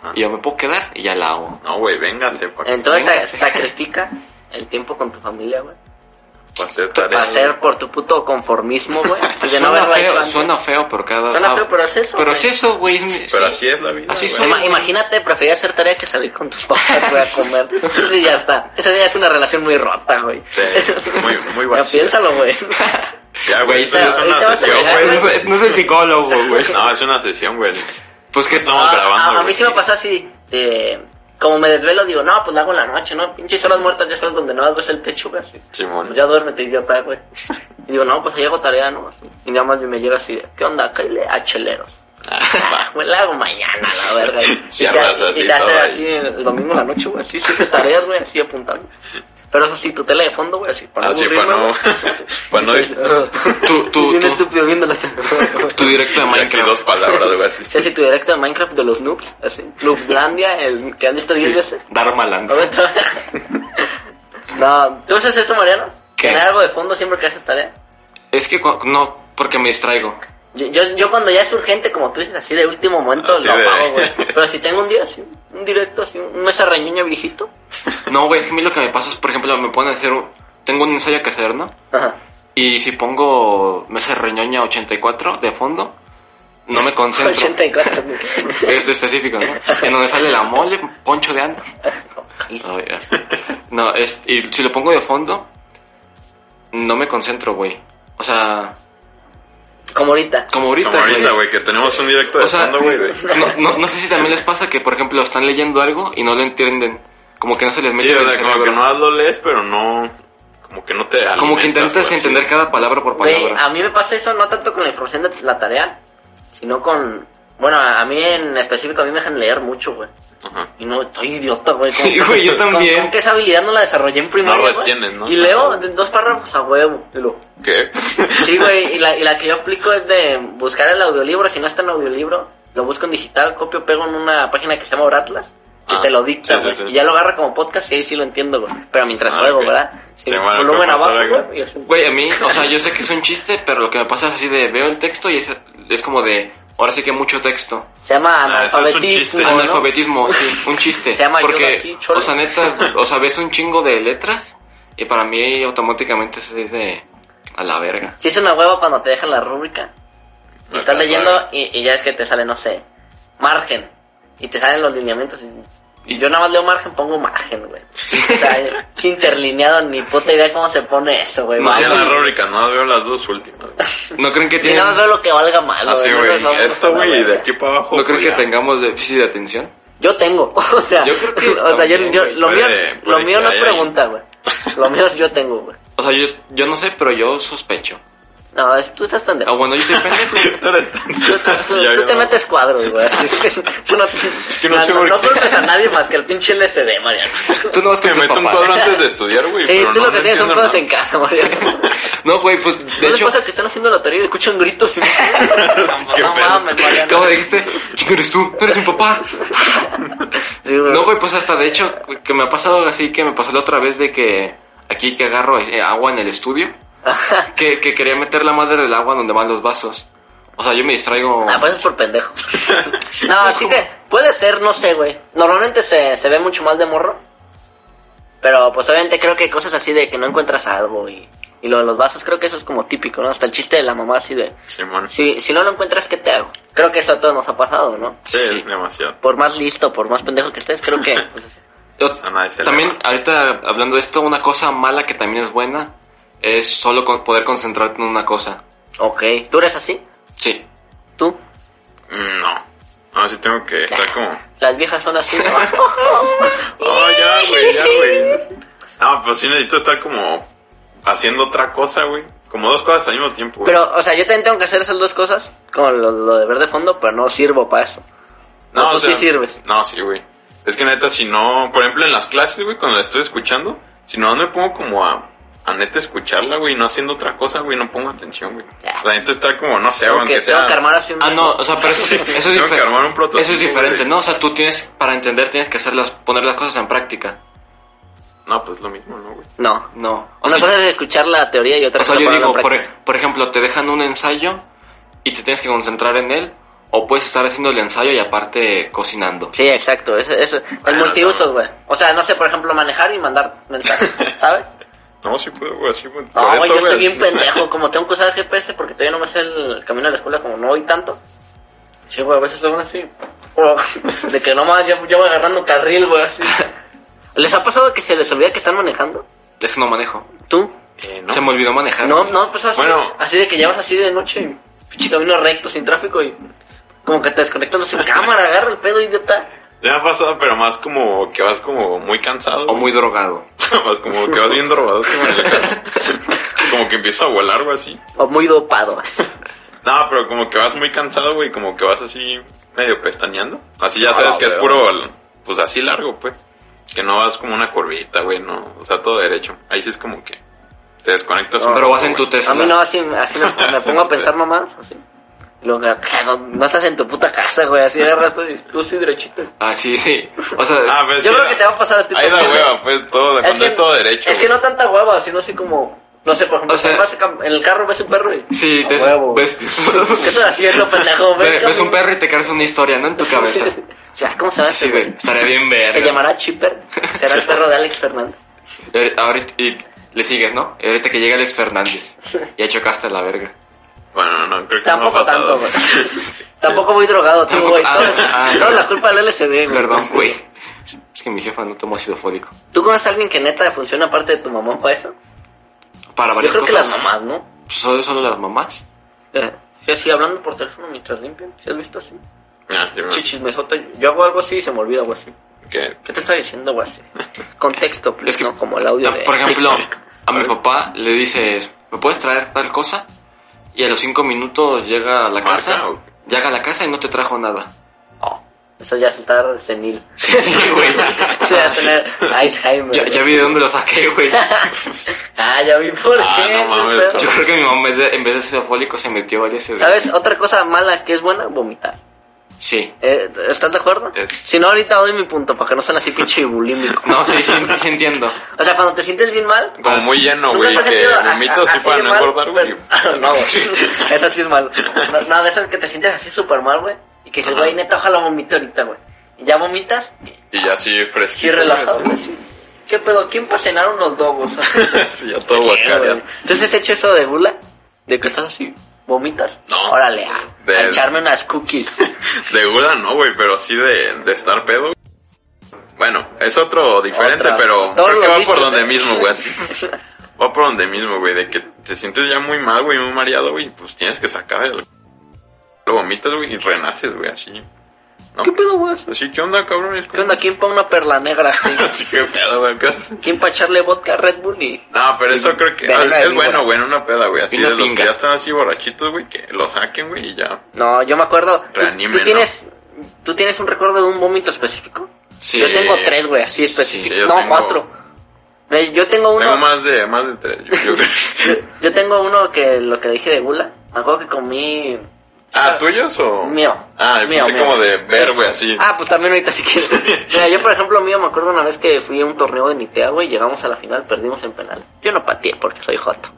C: Ajá.
A: Y yo me puedo quedar y ya la hago.
C: No, güey, véngase pa' que-
B: Entonces
A: Venga,
B: sa-
A: sí.
B: sacrifica el tiempo con tu familia, güey.
C: pa' hacer tareas.
B: Hacer por tu puto conformismo,
A: [laughs]
B: güey. así Pues de no
A: suena,
B: haberla hecho
A: feo,
B: antes.
A: suena feo, pero cada
B: Suena
A: sábado-
B: feo, pero es eso,
A: Pero
B: güey.
A: es eso, güey. es mi-
C: Pero
A: sí.
C: así es la vida,
A: Así
C: güey.
A: soy.
B: Ima- imagínate, preferir hacer tarea que salir con tus papás, güey, a
C: [laughs]
B: comer. Eso sí, ya está. Esa ya es una relación muy rota, güey.
C: Sí, muy,
B: [laughs]
C: muy
B: Ya
C: vacía.
B: piénsalo,
C: [laughs]
B: güey.
C: Ya, güey,
B: ahorita-
C: esto ya es una
B: ahorita vas a
C: sesión,
B: llegar,
C: güey.
A: No soy, no soy psicólogo, güey.
C: No, es una sesión, güey.
A: Pues que
C: Estamos
B: Ah, a,
C: grabando.
B: a mí sí me pasa así, eh, como me desvelo, digo, no, pues la hago en la noche, ¿no? Pinches horas muertas, ya sabes, donde no ves el techo, güey. así.
C: Simón.
B: Pues ya duérmete, idiota, güey. Y digo, no, pues ahí hago tarea, ¿no? Así. Y nada más me llega así, de, ¿qué onda? Cállale a cheleros. [laughs] Ah, güey, la hago mañana,
C: [laughs]
B: la verga. Y, y se,
C: Cierras
B: y
C: así
B: se hace
C: todo ahí.
B: así el domingo en la noche, güey. Así, siete tareas, güey, así apuntando. Pero eso sí, tu tele de fondo, güey, así. Para
C: Así,
B: aburrirme,
C: [laughs] para Ah, no.
B: güey.
C: Para no.
B: [laughs]
A: Tú, tú,
B: Bien
A: tú,
B: estúpido viendo [laughs] la tele.
A: tu directo de
C: Y aquí dos
A: Minecraft.
C: [laughs] palabras, güey, así.
B: O sea, si tu directo de Minecraft de los noobs, así. Nooblandia, el que han visto 10
C: eh.
B: veces.
A: Darmaland.
B: A ver, [laughs] No, ¿tú haces eso, Mariano?
A: ¿Qué?
B: ¿Tener algo de fondo siempre que haces tarea?
A: Es que cua- no, porque me distraigo.
B: Yo, yo, yo cuando ya es urgente, como tú dices, así de último momento,
C: Así
B: lo
C: de-
B: apago,
C: [laughs]
B: güey. Pero si tengo un día así, un directo así, un mesa reñoña viejito.
A: No, güey, es que a mí lo que me pasa es, por ejemplo, me ponen a hacer. un- Tengo un ensayo que hacer, ¿no?
B: Ajá.
A: Y si pongo Mesa Reñoña 84 de fondo, no me
B: [laughs]
A: concentro.
B: 84. güey.
A: Es específico, ¿no? En donde sale la mole, poncho de anda. Oh, yeah. No, es, y si lo pongo de fondo, no me concentro, güey. O sea,
B: Como [laughs] ahorita.
A: como ahorita.
C: Como ahorita,
A: güey.
C: güey, que tenemos un directo de
A: O sea,
C: fondo, güey.
B: [laughs]
C: de-
A: No, no- no sé si también les pasa que, por ejemplo, están leyendo algo y no lo entienden. Como que no se les mete
C: Sí,
A: en
C: o
A: el
C: sea, como
A: cerebro.
C: que no lo lees, pero no. Como que no te.
A: Como que
C: alimentas, pues,
A: intentas
C: güey, así.
A: entender cada palabra por
B: Güey, ah,
A: palabra.
B: a mí me pasa eso no tanto con la información de la tarea, sino con... Bueno, a a mí en específico, a mí me dejan leer mucho, güey.
C: Ajá.
B: Y no, estoy idiota, güey.
C: [laughs]
B: ¿Cómo
A: Sí,
B: que-
A: güey, yo
B: cómo-
A: también.
B: cómo que esa habilidad no la desarrollé en primaria, güey?
C: retienes, ¿no?
B: Y leo de- dos párrafos a huevo. Y lo-
C: ¿Qué?
B: [laughs]
C: [laughs]
B: Sí, güey, y la, y la que yo aplico es de buscar el audiolibro. Si no está en audiolibro, lo busco en digital, copio, pego en una página que se llama Oratlas, que
C: Ah,
B: te lo dicta,
C: sí, sí,
B: güey.
C: sí.
B: Y ya lo agarra como podcast y ahí sí lo entiendo, güey. Pero mientras
C: Ah,
B: juego,
C: ok.
B: ¿verdad? Sí,
C: Sí, bueno,
B: volumen
C: ¿cómo
B: abajo,
C: sabe,
B: güey. y así.
A: Güey, a mí, o
B: [laughs]
A: sea, yo sé que es un chiste, pero lo que me pasa es así de veo el texto y es, es como de, ahora sí que mucho texto.
B: Se llama
C: Ah, eso es un
B: analfabetismo.
C: chiste.
B: ¿no?
A: Analfabetismo, sí, un chiste.
B: Se llama Yoda,
A: Porque,
B: sí, cholo.
A: o sea, neta, o sea, ves un chingo de letras y para mí automáticamente se dice a la verga.
B: Sí, es una hueva cuando te dejan la rúbrica. Y
C: Ah,
B: estás
C: claro,
B: leyendo
C: claro.
B: y, y ya es que te sale, no sé, margen. Y te salen los lineamientos. y- Y yo nada más leo margen, pongo margen, güey. O
C: [laughs]
B: sea, es interlineado, ni puta idea cómo se pone eso, güey.
A: No,
C: Yo
B: Vale.
C: en
A: eso
C: la rúbrica no veo las dos últimas.
B: [laughs]
C: güey.
A: No creen que
B: Si nada más
A: tienen,
B: veo lo que valga malo,
C: Así,
B: no nos vamos
C: Ah, güey.
B: a
C: Esto,
B: la
C: güey, de
B: verga.
C: aquí para abajo.
A: no creen
C: güey,
A: que
C: ya.
A: tengamos déficit de atención.
B: Yo tengo, [laughs] o sea,
A: Yo creo que
B: o sea, yo,
A: también,
B: yo-
A: güey.
B: lo mío,
C: Puede-
B: lo
C: puede
B: mío
C: que
B: no es
C: haya ahí.
B: pregunta, güey. Lo mío es yo tengo, güey.
A: O sea, yo, yo no sé, pero yo sospecho.
B: No, es- tú estás
A: Ah,
B: pendejo.
A: bueno, yo soy
C: [laughs]
A: pendejo.
C: [laughs] Tú eres
B: Tú,
C: tan- [laughs]
B: [laughs]
C: Sí,
B: tú-
C: ya
B: tú
C: vi,
B: te
C: ¿no?
B: metes cuadros, güey. así es que- tú
C: [laughs]
B: no, es
C: que no sé por
B: no
C: qué.
B: culpes a nadie más que al pinche LCD, Mariano.
C: [laughs]
A: Tú no vas con
C: Me
A: tus
C: meto un
A: papás.
C: cuadro antes de estudiar,
B: [laughs]
C: güey.
B: Sí,
C: pero
B: tú
C: no,
B: lo que
C: no
B: tienes son
C: entiendo
B: cosas
C: nada.
B: en casa,
C: [laughs]
B: Mariano.
A: No, güey, pues de
B: ¿No les
A: hecho,
B: pasa que están haciendo la tarea y escuchan
C: [laughs]
B: gritos? Y...
C: qué
B: no
C: pedo.
B: mames, Mariano.
A: ¿cómo dijiste? [laughs] ¿Quién eres tú? Eres mi papá.
B: Sí, güey.
A: No, güey, pues hasta de hecho, que me ha pasado así, que me pasó la otra vez de que aquí que agarro eh, agua en el estudio,
C: [laughs]
A: que, que quería meter la madre del agua donde van los vasos. O sea, yo me distraigo.
B: Ah, pues es por pendejo.
C: [laughs]
B: No, así que puede ser, no sé, güey. Normalmente se, se ve mucho mal de morro. Pero pues obviamente creo que cosas así de que no encuentras algo y, y lo de los vasos, creo que eso es como típico, ¿no? Hasta el chiste de la mamá así de,
C: Simón. Sí,
B: si, si no lo encuentras, ¿qué te hago? Creo que eso a todos nos ha pasado, ¿no?
A: Sí.
C: es demasiado.
B: Por más listo, por más pendejo que estés, creo
C: [laughs]
B: que... pues, así.
A: Yo-
C: sea, nadie se
A: también,
C: eleva.
A: ahorita hablando de esto, una cosa mala que también es buena es solo con- poder concentrarte en una cosa.
B: ok, ¿tú eres así?
A: Sí.
B: ¿Tú?
C: Mm, No. No, sí tengo que estar como.
B: Las viejas son
C: [laughs]
B: así. ¿no?
C: Oh, ya,
B: [laughs]
C: güey, ya, güey. No, pero sí necesito estar como haciendo otra cosa, güey. Como dos cosas al mismo tiempo, güey.
B: pero, o sea, yo también tengo que hacer esas dos cosas, como lo, lo de ver de fondo, pero no sirvo para eso. No, tú
C: o sea,
B: sí sirves.
C: No, sí, güey. Es que neta, si no, por ejemplo, en las clases, güey, cuando la estoy escuchando, si no me pongo como a, a neta escucharla, güey, no haciendo otra cosa, güey, no pongo atención, güey.
B: Ya.
C: La neta está como, no sé,
B: Tengo
C: aunque
B: que,
C: sea.
B: tengo que armar así un-
A: Ah, no, o sea, pero
C: [laughs]
A: eso,
C: Sí,
A: eso es,
C: tengo que
A: difer-
C: armar un
A: eso
C: prototipo,
A: es diferente,
C: güey.
A: ¿no? O sea, tú tienes, para entender, tienes que hacerlas, poner las cosas en práctica.
C: No, pues lo mismo, ¿no, güey?
B: No.
A: No. O
B: Una
A: sea,
B: cosa es escuchar la teoría y otra
A: O sea,
B: cosa
A: yo
B: ponerla
A: digo,
B: en
A: por, e-
B: práctica.
A: por ejemplo, te dejan un ensayo y te tienes que concentrar en él, o puedes estar haciendo el ensayo y aparte cocinando.
B: Sí, exacto. Ese, ese- el
C: Bueno,
B: multiusos,
C: no.
B: güey. O sea, no sé, por ejemplo, manejar y mandar
C: [laughs]
B: mensajes, ¿sabes?
C: No, sí puedo, güey, así, güey.
B: No,
C: Toreto,
B: güey, yo estoy
C: güey.
B: bien pendejo. Como tengo que usar el GPS porque todavía no me sé el camino a la escuela, como no voy tanto. Sí, güey, a veces lo hago así. O, de que nomás yo, yo voy agarrando carril, güey, así. ¿Les ha pasado que se les olvida que están manejando?
A: Es que no manejo.
B: ¿Tú?
C: [laughs] Eh, no.
A: Se me olvidó manejar.
B: No, no, pues así,
C: Bueno.
B: así de que llevas así de noche y pinche camino recto, sin tráfico y como que te desconectas no sé, cámara, agarra el pedo, idiota.
C: Ya me ha pasado, pero más como que vas como muy cansado.
A: O
C: güey.
A: muy drogado.
C: Más como que vas bien drogado. así, güey, en el carro. como que empiezo a volar, güey, así.
B: O muy dopado. así.
C: No, pero como que vas muy cansado, güey, como que vas así medio pestañeando. Así ya
A: Ah,
C: sabes que es
A: veo.
C: puro, pues así largo, pues. Que no vas como una curvita, güey, no. O sea, todo derecho. Ahí sí es como que te desconectas un
A: Pero
C: poco,
A: vas en tu
C: güey.
A: Tesla.
B: A mí no, así, así me, me pongo a pensar mamá, así. Y luego, "Ja, no, no estás en tu puta casa, güey, así agarras todo y tú soy derechito.
A: Ah, sí, sí. O sea,
C: Ah, pues
B: Yo
C: que
B: creo
C: da-
B: que te va a pasar a ti
C: Ahí da
B: también.
C: hueva, pues, todo, cuando es todo derecho.
B: Es que
C: güey.
B: no tanta hueva, así no sé como, no sé, por ejemplo,
A: O sea-
B: vas a cam- en el carro ves un perro y...
A: sí,
B: a
A: te-
B: huevo. [laughs]
A: ves,
B: ¿Qué estás haciendo, pendejo? Ven,
A: [laughs] ve- ves un
B: camina.
A: perro y te creas una historia, ¿no? En
B: [laughs]
A: tu cabeza.
B: O sea, ¿cómo se llama ese
A: Sí,
B: güey?
A: güey. Estaría bien ver.
B: Se llamará Chipper. Será el perro de Alex Fernández.
A: Eh, ahorita, y le sigues, ¿no? Y ahorita que llega Alex Fernández. Ya chocaste a la verga.
C: Bueno, no, creo que
B: Tampoco
C: no ha pasado.
B: tanto, güey.
C: [laughs] Sí.
B: Tampoco muy drogado, tú,
A: Tampoco-
B: güey.
A: ah,
B: Todo es-
A: ah,
B: todo es la
A: perdón.
B: culpa del LCD, güey.
A: Perdón, güey. Es que mi jefa no tomó ácido fólico.
B: ¿Tú conoces a alguien que neta funciona aparte de tu mamá para eso?
A: Para
B: Yo
A: varias
B: creo que
A: cosas. Pues,
B: las mamás, ¿no?
A: ¿Solo, solo las mamás?
B: Eh, Sí, así hablando por teléfono mientras limpian. ¿Sí has visto así?
C: Ah, sí, güey.
B: Chichis, me sota. Yo hago algo así y se me olvida, güey. así.
C: Que-
B: ¿Qué te está diciendo,
A: [laughs]
B: güey? así? Contexto, please,
A: Es que- ah,
B: ¿no? Como el audio de...
A: Por ejemplo, a mi papá le dices, ¿me puedes traer tal cosa? Y a los cinco minutos llega a la
C: Marca,
A: casa,
C: o-
A: llega a la casa y no te trajo nada.
B: [laughs] Eso ya es estar senil.
A: [laughs] Sí,
B: [laughs]
A: güey.
B: Eso ya es tener Alzheimer.
A: Ya,
B: güey.
A: ya vi de dónde lo saqué, güey.
B: [laughs] Ah, ya vi por
C: Ah,
B: qué.
C: no mames,
B: pero-
A: Yo creo que mi mamá en vez de- en vez de ácido fólico se metió varias eh, veces.
B: ¿Sabes? Otra cosa mala que es buena, vomitar.
A: Sí.
B: Eh, ¿Estás de acuerdo?
C: Es-
B: Si no, ahorita doy mi punto para que no sean así pinche bulímico.
A: No, sí, sí, sí entiendo.
B: O sea, cuando te sientes bien mal.
C: Como muy lleno,
B: nunca
C: güey,
B: te has
C: que
B: sentido a-
C: vomito
B: a-
C: así para
B: de
C: no
B: mal,
C: engordar, güey.
B: pero- [laughs] no, güey. Eso sí es malo. No, no, de esas que te sientes así súper mal, güey. Y que dices,
C: Ajá.
B: güey, neta, ojalá vomite ahorita, güey. Y ya vomitas,
C: Y ya así
B: sí,
C: fresquito. güey,
B: relajado,
C: así.
B: güey. sí. ¿Qué pedo? ¿Quién para cenar unos dogos?
C: Sí, ya [laughs] todo
B: Sí, güey.
C: guacareado.
B: Entonces he hecho eso de bula, de que estás así, vomitas.
C: No.
B: Órale, a,
C: De-
B: a echarme unas cookies.
C: De gula no, güey, pero sí de, de estar pedo. Bueno, es otro [laughs] diferente,
B: Otra.
C: pero
B: Todos
C: creo que
B: los
C: va
B: mismos,
C: por donde
B: ¿eh?
C: mismo,
B: [laughs]
C: güey. así. Va por donde mismo, güey, de que te sientes ya muy mal, güey, muy mareado, güey, pues tienes que sacar el... Lo vomitas, güey, y renaces, güey, así. ¿no?
B: ¿Qué pedo, güey?
C: Así, ¿qué onda, cabrón?
B: ¿Qué onda? ¿Quién pa' una perla negra así?
C: [laughs] Así que pedo, güey. acá.
B: ¿Quién pa' echarle vodka a Red Bull y...?
C: No, pero eso creo que
B: De
C: ah, es,
B: arena de
C: es bueno,
B: víbora.
C: güey, en una peda, güey. Así
A: Y una
C: de los que
A: pinga.
C: ya están así borrachitos, güey, que lo saquen, güey, y ya.
B: No, yo me acuerdo... ¿Tú,
C: Reanímenlo.
B: tú tienes, ¿Tú tienes un recuerdo de un vómito específico?
A: Sí.
B: Yo tengo tres, güey, así específico.
C: Sí, yo
B: no,
C: tengo-
B: cuatro. Güey, Yo tengo uno...
C: Tengo más de, más de tres, yo,
B: [laughs]
C: yo creo.
B: Yo tengo uno que lo que dije de gula. Me acuerdo que comí.
C: Ah, ¿tuyos o...?
B: Mío.
C: Ah, yo
B: Mío,
C: pensé
B: mío.
C: como de ver,
B: Sí.
C: güey, así.
B: Ah, pues también ahorita si quieres. Mira, yo por ejemplo mío me acuerdo una vez que fui a un torneo de Nitea, güey, llegamos a la final, perdimos en penal. Yo no pateé porque soy
C: [laughs]
B: joto.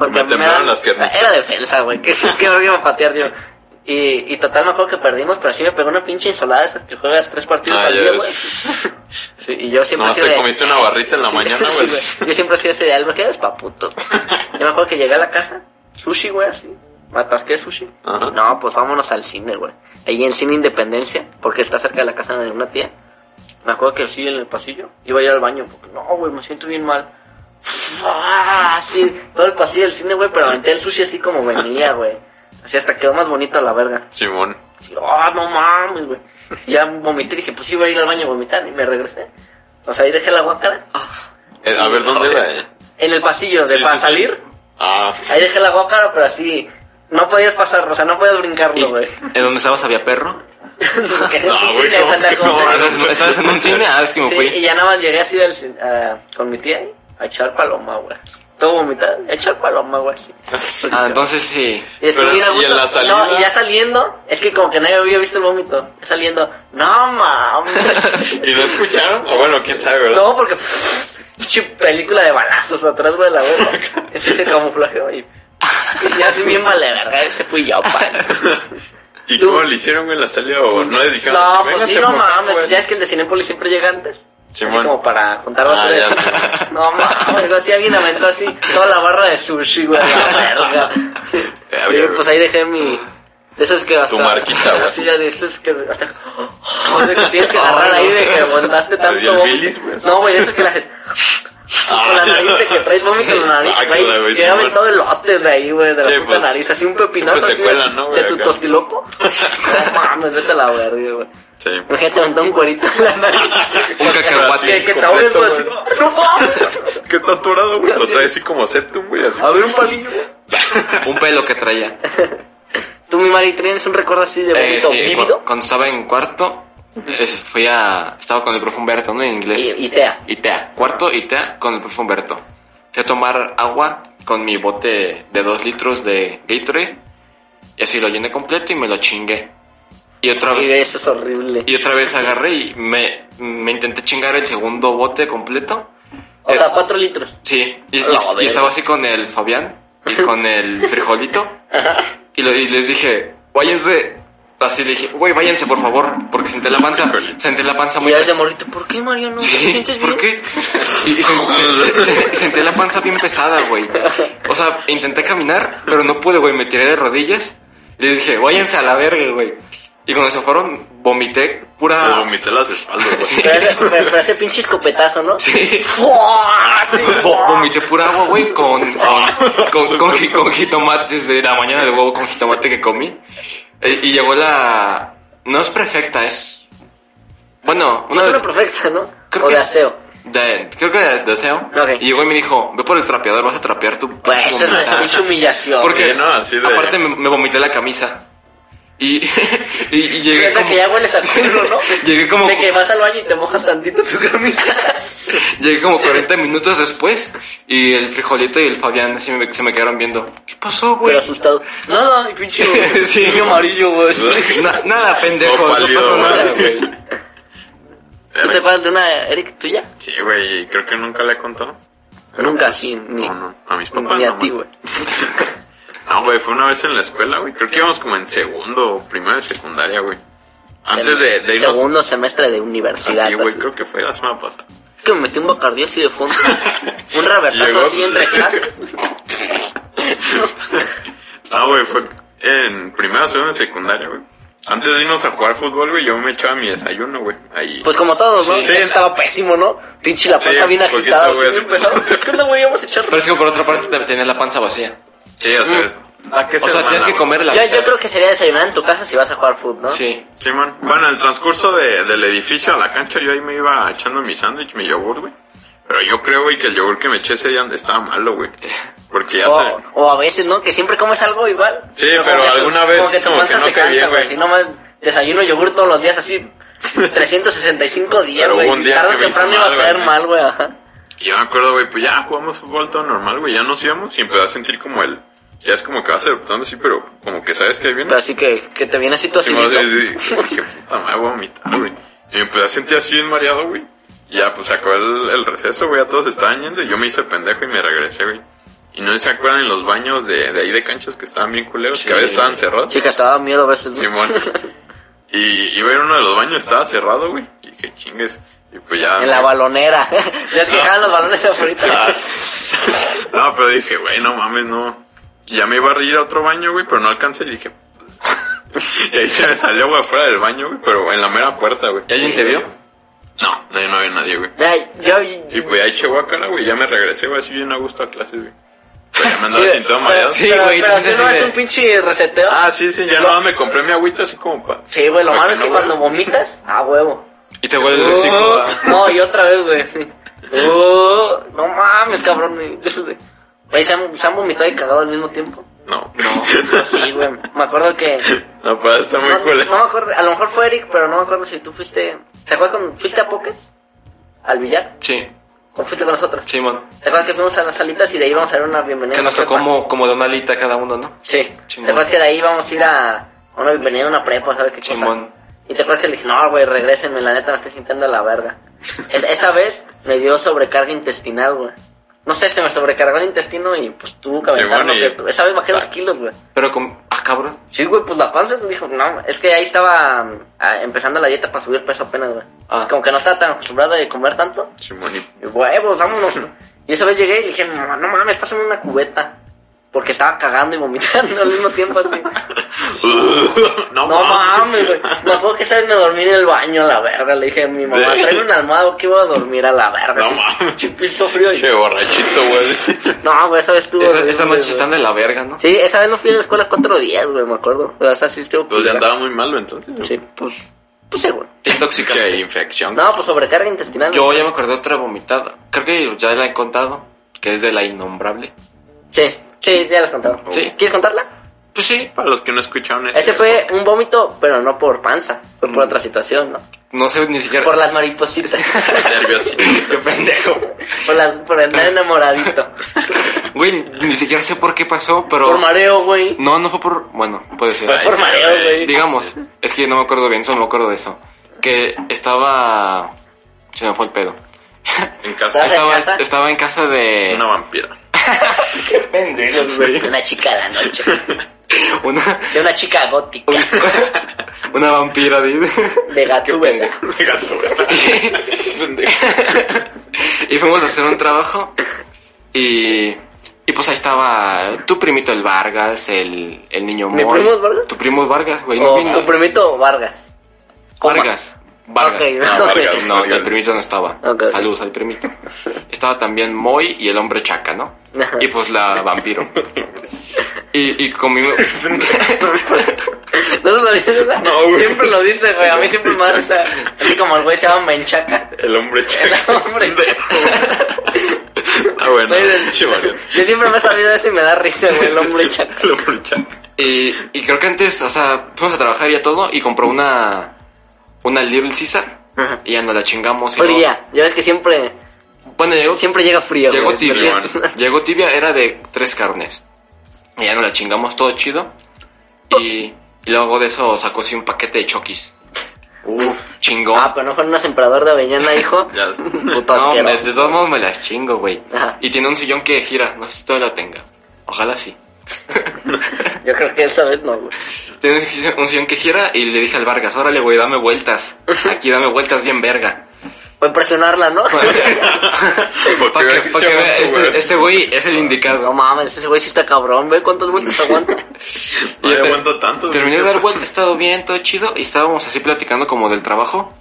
C: Me temblaron las piernitas.
B: Era defensa, güey, que, [laughs] que no iba a patear yo. Y, y total me acuerdo que perdimos, pero así me pegó una pinche insolada esas que juegas tres partidos
C: Ah,
B: al
C: ya
B: día,
C: ves.
B: güey. [laughs] Sí, y pues, yo siempre
C: No,
B: así
C: te
B: de-
C: comiste una barrita en la
B: Sí,
C: mañana,
B: [laughs] sí,
C: güey.
B: güey. Yo siempre hacía ese de algo que eres pa' puto. Yo me acuerdo que llegué a la casa, sushi, güey, así. Me atasqué sushi.
C: Ajá.
B: Y no, pues vámonos al cine, güey. Ahí en Cine Independencia, porque está cerca de la casa de una tía. Me acuerdo que sí, en el pasillo. Iba a ir al baño, porque no, güey, me siento bien mal. Así, todo el pasillo del cine, güey, pero aventé el sushi así como venía, güey. Así hasta quedó más bonito a la verga.
C: Simón.
B: Sí, ah, no mames, güey. Y Ya vomité, dije, pues iba a ir al baño a vomitar y me regresé. O sea, ahí dejé la guacara.
C: Eh, a ver, ¿dónde era, eh?
B: En el pasillo, de
C: Sí,
B: para
C: sí, sí.
B: salir.
C: Ah, [laughs]
B: Ahí dejé la guacara, pero así. No podías pasar, o sea, [laughs] no podías brincarlo,
C: [laughs]
B: güey. [laughs]
A: ¿En donde estabas había perro?
B: Porque es
C: No,
B: un
C: güey,
B: cine,
C: ¿cómo
B: anda
C: que
B: como-
C: no?
A: Bueno, ¿Estabas en un cine? Ah, es que me
B: Sí, y
A: fui.
B: ya nada más llegué así del cin- ah, con mi tía ahí, a echar paloma, güey. Todo vomitado, a echar paloma,
C: [laughs]
B: güey. así.
A: Ah, entonces sí.
B: Y es que
C: Pero,
B: mira,
C: ¿y en
B: justo-
C: la salida?
B: No, y ya saliendo, es que como que nadie había visto el vómito. Ya saliendo, no
C: [laughs]
B: mames.
C: ¿Y no escucharon? O bueno, quién sabe, ¿verdad?
B: No, porque pinche película de balazos atrás, güey, la verga. Ese se camuflajeó y. Y ya así bien vale, verga, ese fui yo, pa.
C: ¿Y
B: Tú-
C: cómo le hicieron, güey, la salida? ¿O no les dijeron?
B: No,
C: "Vénganse
B: pues sí, no
C: por acá,
B: mames.
C: güey"?
B: Ya es que el de Cinépolis siempre llega antes. Así
C: Simón.
B: como para juntar
C: Ah,
B: basura.
C: ya,
B: así.
C: Simón.
B: [laughs] no mames, güey, si alguien aventó así toda la barra de sushi, güey, la
C: [laughs]
B: verga.
C: Verga,
B: Y pues ahí dejé mi. De esos que hasta.
C: marquita, güey.
B: Sí, ya de esos que hasta. O sea, que tienes que agarrar ahí de que montaste
C: Le di Ah, el
B: tanto. vómito.
C: bilis, güey.
B: No, güey, eso que la haces.
C: Ah,
B: con la
C: ya.
B: nariz de que traes vómito en la nariz,
C: Ah,
B: güey.
C: claro, güey,
B: Yo ya
C: Simón.
B: me todo el lote de ahí, güey, de
C: Sí,
B: la puta
C: pues,
B: nariz. Así un pepinazo
C: siempre
B: así
C: se
B: de,
C: cuelan, ¿no, güey,
B: de tu
C: acá?
B: tostiloco. No mames, vete a la verga, güey.
C: Sí.
B: Imagínate mandó un cuerito en la nariz.
A: Un cacahuate.
B: Que, que te ahogues, güey, así. No mames.
C: Que está atorado, güey. Lo
B: Así.
C: trae así como septum, güey. Así.
B: A ver, un palillo, güey.
A: Un pelo que
B: [laughs]
A: traía.
B: Tú, mi Mari, tienes un recuerdo así de
A: Eh,
B: bonito,
A: sí, cu-
B: vívido.
A: cuando estaba en cuarto, eh, fui a. Estaba con el profe Humberto, ¿no? En inglés.
B: Y, y tea.
A: ITEA, cuarto ITEA con el profe Humberto. Fui a tomar agua con mi bote de dos litros de Gatorade y así lo llené completo y me lo chingué. Y otra
B: Y de
A: vez,
B: eso es horrible.
A: y otra vez agarré y me, me intenté chingar el segundo bote completo.
B: O
A: Eh,
B: sea, cuatro litros.
A: sí, y, y-
B: La
A: y
B: verga.
A: estaba así con el Fabián y con el frijolito. Y, lo- y les dije, váyanse. Así le dije, güey, váyanse por favor, porque senté la panza, senté la panza
B: Y
A: muy
B: ya de morrito, ¿por qué, Mario, no? ¿Te
A: Sí,
B: sientes
A: ¿Por
B: bien?
A: qué? Y, y sen- sen- sen- senté la panza bien pesada, güey. O sea, intenté caminar, pero no pude, güey. Me tiré de rodillas. Les dije, váyanse a la verga, güey. Y cuando se fueron, vomité
B: Ah.
C: Te
A: pura...
C: vomité las espaldas, güey.
A: Sí.
B: Pero ese, pero- pero ese pinche escopetazo, ¿no?
A: Sí.
B: ¡Fua! Sí.
A: Vo- vomité pura agua, güey, con, con, con, con ji- con jitomates de la mañana de huevo con jitomate que comí. Eh, Y, llegó la... No es perfecta, es... Bueno, una
B: Es
A: de...
B: una perfecta, ¿no?
A: Creo
B: o de
A: que-
B: aseo.
A: de- creo que de deseo.
B: Ok.
A: Y llegó y me dijo, ve por el trapeador, vas a trapear tu
B: Güey,
A: pinche
B: eso es una
A: vomitada".
B: pinche humillación.
A: Porque
C: Sí, ¿no? Así de-
A: aparte me, me vomité la camisa. Y, [laughs] y, y llegué,
B: Piensa
A: como,
B: que ya hueles a culo, ¿no?
A: [laughs] Llegué como-
B: De que vas al baño y te mojas tantito tu camisa.
A: [laughs] llegué como 40 minutos después y el frijolito y el Fabián así me- se me quedaron viendo. ¿Qué pasó, güey?
B: Pero asustado. Nada, y [laughs] pinche
A: Sí.
B: niño amarillo, güey.
A: [laughs] Na- nada, pendejo,
C: Todo
A: no,
C: pálido,
A: pasó nada,
C: güey.
A: güey.
B: ¿Tú te acuerdas de una Eric tuya?
C: Sí, güey. y Creo que nunca le he contado.
B: Nunca así, ni,
C: No, no. A mis papás
B: ni a
C: nomás.
B: ti, güey.
C: No, güey, fue una vez en la escuela, güey. Creo que íbamos como en segundo o primero de secundaria, güey. Antes de, de irnos.
B: Segundo semestre de universidad.
C: Así, güey,
B: así.
C: creo que fue la semana pasada.
B: Es que me metí un bacardí así de
C: [laughs]
B: fondo. un reversazo
C: Llegó-
B: así
C: [laughs]
B: entre clases.
C: Ah, güey, fue en primero o segundo de secundaria, güey. Antes de irnos a jugar fútbol, güey, yo me echaba mi desayuno, güey. Ahí.
B: Pues como todos, ¿no?
C: Sí.
B: Eso estaba pésimo, ¿no? Pinche la
C: Sí,
B: panza bien
C: un poquito,
B: agitada.
C: güey,
B: así
C: [laughs] así.
B: bien pesado. ¿Qué onda, güey? Vamos a echar
A: Pero es que por otra parte te- tenía la panza vacía.
C: sí, o sea, ¿A qué
A: O sea, tienes que
C: comer
A: comerla.
B: Yo, yo creo que sería desayunar en tu casa si vas a jugar fútbol, ¿no?
A: Sí.
C: Simón, bueno, en el transcurso de- del edificio a la cancha yo ahí me iba echando mi sándwich, mi yogur, güey. Pero yo creo, güey, que el yogur que me eché ese día estaba malo, güey. Porque ya
B: O,
C: te-
B: o a veces, ¿no? Que siempre comes algo igual.
C: Sí,
B: como
C: pero
B: que tu-
C: alguna vez
B: Como que tu
C: como
B: panza
C: que no
B: se
C: cae bien,
B: cansa, güey.
C: güey.
B: Si no más desayuno yogur todos los días
C: [laughs]
B: así 365 días,
C: Pero hubo un
B: güey.
C: día
B: Tarde
C: que
B: o
C: me hizo
B: temprano iba a
C: mal,
B: caer
C: güey.
B: mal, güey. ajá.
C: Y yo me acuerdo, güey, pues ya jugamos fútbol todo normal, güey. Ya nos íbamos y empecé a sentir como el... Ya es como que vas eruptando así, pero como que sabes que ahí viene.
B: Pero así que, que te viene así
C: Sí,
B: tocinito.
C: más de- de- dije, puta madre, voy a vomitar, güey. Y me empecé a sentir así bien mareado, güey. Y ya, pues, se acabó el, el receso, güey. Ya todos estaban yendo y yo me hice pendejo y me regresé, güey. Y no se acuerdan en los baños de, de ahí de canchas que estaban bien culeros, que a veces estaban cerrados.
B: Chicas, te daba miedo a veces. ¿no?
C: Simón. y iba en uno de los baños, estaba cerrado, güey. Y dije, chingues. Y pues ya.
B: en la
C: me-
B: balonera. [laughs] ya que dejaban los balones
C: Ah.
B: ahorita.
C: [laughs] No, pero dije, güey, no mames, no. Y Ya me iba a reír a otro baño, güey, pero no alcancé y dije. [laughs] y ahí se me salió, güey, afuera del baño, güey, pero en la mera puerta, güey.
A: ¿Y alguien te vio?
C: No, no, no había nadie, güey.
B: Ya, yo,
C: Y pues ahí llegó cara, güey, ya me regresé, güey, así bien a gusto a clases, güey. Pero ya me andaba
B: Sí,
C: sintiendo mareado.
A: sí,
B: pero,
A: güey,
B: pero
A: te
B: si
A: sientes
B: no
A: así
B: es
A: de-
B: un pinche reseteo.
C: Ah, sí, sí, ya nada más me compré mi agüita así como pa...
B: sí, güey, lo
C: pa'
B: malo es que
C: Ah, no,
B: cuando
C: güey.
B: vomitas, a huevo.
A: Y te huele el
B: Uh,
A: hocico.
B: no, y otra vez, güey. sí. Uh, no mames, cabrón. güey. De esos, güey. Güey, ¿se han, se han vomitado y cagado al mismo tiempo.
C: No,
B: Sí, güey. Me acuerdo que.
C: no, pa, está muy
B: No,
C: cool.
B: no me acuerdo, a lo mejor fue Eric, pero no me acuerdo si tú fuiste. ¿Te acuerdas cuando fuiste a Pocket? ¿Al billar?
A: Sí,
B: ¿O fuiste con nosotros?
A: Simón.
B: ¿Te acuerdas que fuimos a las salitas y de ahí íbamos a dar una bienvenida?
A: Que nos tocó
B: a una prepa?
A: como, como de una alita cada uno, ¿no?
B: Sí.
A: Chingón.
B: ¿Te acuerdas que de ahí íbamos a ir a una bienvenida a una prepa, ¿sabes qué cosa?
A: Chingón.
B: Y te acuerdas que le dije, no, güey, regrésenme, la neta me estoy sintiendo la verga. Es- esa vez me dio sobrecarga intestinal, güey. No sé, se me sobrecargó el intestino y pues tuvo que
C: Sí,
B: aventar
C: bueno,
B: lo
C: y-
B: que tu- Esa vez bajé dos
C: Exacto.
B: kilos, güey.
A: Pero con... Ah, cabrón.
B: Sí, güey, pues la panza me dijo, no, es que ahí estaba mm, ah, empezando la dieta para subir peso apenas, güey.
A: Ah.
B: Como que no estaba tan acostumbrado de comer tanto.
C: Simón, y-
B: Y huevos, vámonos. Y esa vez llegué y dije, no, no mames, pásame una cubeta. Porque estaba cagando y vomitando al mismo tiempo así. No
C: no,
B: mames, güey. Me acuerdo que esa vez me dormí en el baño a la verga. Le dije a mi mamá,
C: Sí.
B: tráeme un almohado que voy a dormir a la verga.
C: No
B: Así,
C: mames.
B: pinche piso frío.
C: Che, borrachito, güey.
B: No, güey, esa vez estuvo.
A: Esa,
B: horrible,
A: esa noche
B: güey.
A: están de la verga, ¿no?
B: Sí, esa vez no fui a la escuela cuatro días, güey, me acuerdo. O sea, sí estuvo.
C: Pues ya
B: culera.
C: andaba muy malo entonces.
B: Sí, pues. Pues seguro.
A: Te intoxicas.
C: Que infección.
B: No, pues sobrecarga intestinal.
A: Yo ya me acordé de otra vomitada. Creo que ya la he contado. Que es de la innombrable.
B: Sí, sí, ya las contaba.
A: Sí.
B: ¿Quieres contarla?
A: Pues sí.
C: Para los que no escucharon ese.
B: Ese fue un vómito, pero no por panza. Fue
C: Mm.
B: por otra situación, ¿no?
A: No sé ni siquiera...
B: Por las maripositas.
A: [laughs]
C: Nerviosito.
A: Qué pendejo.
B: [laughs] por, las, por andar enamoradito.
A: Güey, ni siquiera sé por qué pasó, pero...
B: por mareo, güey.
A: No, no fue por... Bueno, puede ser.
B: Por mareo, güey.
A: Digamos, es que no me acuerdo bien, solo me acuerdo de eso. Que estaba... Se me fue el pedo.
C: En
B: ¿Estás en
C: casa.
A: Estaba,
B: casa?
A: estaba en casa de...
C: Una vampira. [laughs]
A: qué pendejos, güey.
B: De una chica de la noche.
A: [laughs] Una...
B: De una chica gótica.
A: Una vampira, dude.
B: De
A: Qué
B: gatúbela.
A: pendejo.
C: Gato, Pendejo.
A: Y fuimos a hacer un trabajo y... Y pues ahí estaba tu primito el Vargas, el, el niño
B: ¿Mi
A: Moy.
B: primo es Vargas?
A: Tu primo es Vargas, güey. ¿no
B: O
A: vino?
B: tu primito Vargas. ¿Cómo?
A: Vargas. Vargas.
B: Ok,
C: No, Vargas,
A: No,
C: Vargas.
A: el primito no estaba.
B: Ok.
A: Saludos al primito. Estaba también Moy y el hombre chaca, ¿no?
B: Ajá.
A: Y pues la vampiro. Y, y comimos...
B: ¿No se lo dices esa?
C: No, güey.
B: Siempre lo dice, güey. A mí siempre me da risa. Así como el güey se llama
A: [laughs]
B: Menchaca.
C: El hombre
B: El
C: chico.
B: hombre chaca.
C: Ah, bueno.
B: Güey,
C: [laughs] El
B: Yo siempre me he sabido eso y me da risa, güey. El hombre chaca.
C: El hombre chico.
A: Y, y creo que antes, o sea, fuimos a trabajar y a todo y compró una una Little Caesar
B: Ajá.
A: y ya no la chingamos. y no-
B: Fría. Ya ves que siempre,
A: Bueno, llegó,
B: siempre llega frío.
A: llegó
B: güey.
A: tibia.
B: [laughs]
C: Sí, bueno.
A: Llegó tibia, era de tres carnes. Y ya no la chingamos, todo chido. Y, y luego de eso sacó así un paquete de choquis. Uf, chingón.
B: Ah, pero no fue unas emperador de avellana, hijo.
A: [laughs]
C: Ya.
B: Puto
A: no, me-
B: asqueroso.
A: de todos modos me las chingo, güey.
B: Ajá.
A: Y tiene un sillón que gira, no sé si todavía lo tenga. Ojalá sí.
B: Yo creo que esa vez no, güey.
A: Tiene un sillón- un sillón que gira y le dije al Vargas, órale, güey, dame vueltas. Aquí dame vueltas bien
C: [laughs]
A: verga.
B: Fue impresionarla, ¿no?
A: Pues, Para
C: Porque
A: que, pa' que vea, este,
C: este
A: este güey es el
B: No
A: indicado.
B: mames, ese güey sí está cabrón, güey. ¿Cuántos vueltas [laughs] aguanta?
A: Y yo
C: No
A: te-
C: aguanto tanto.
A: este- Terminé de
C: güey.
A: dar vuelta, estado bien, todo chido, y estábamos así platicando como del trabajo.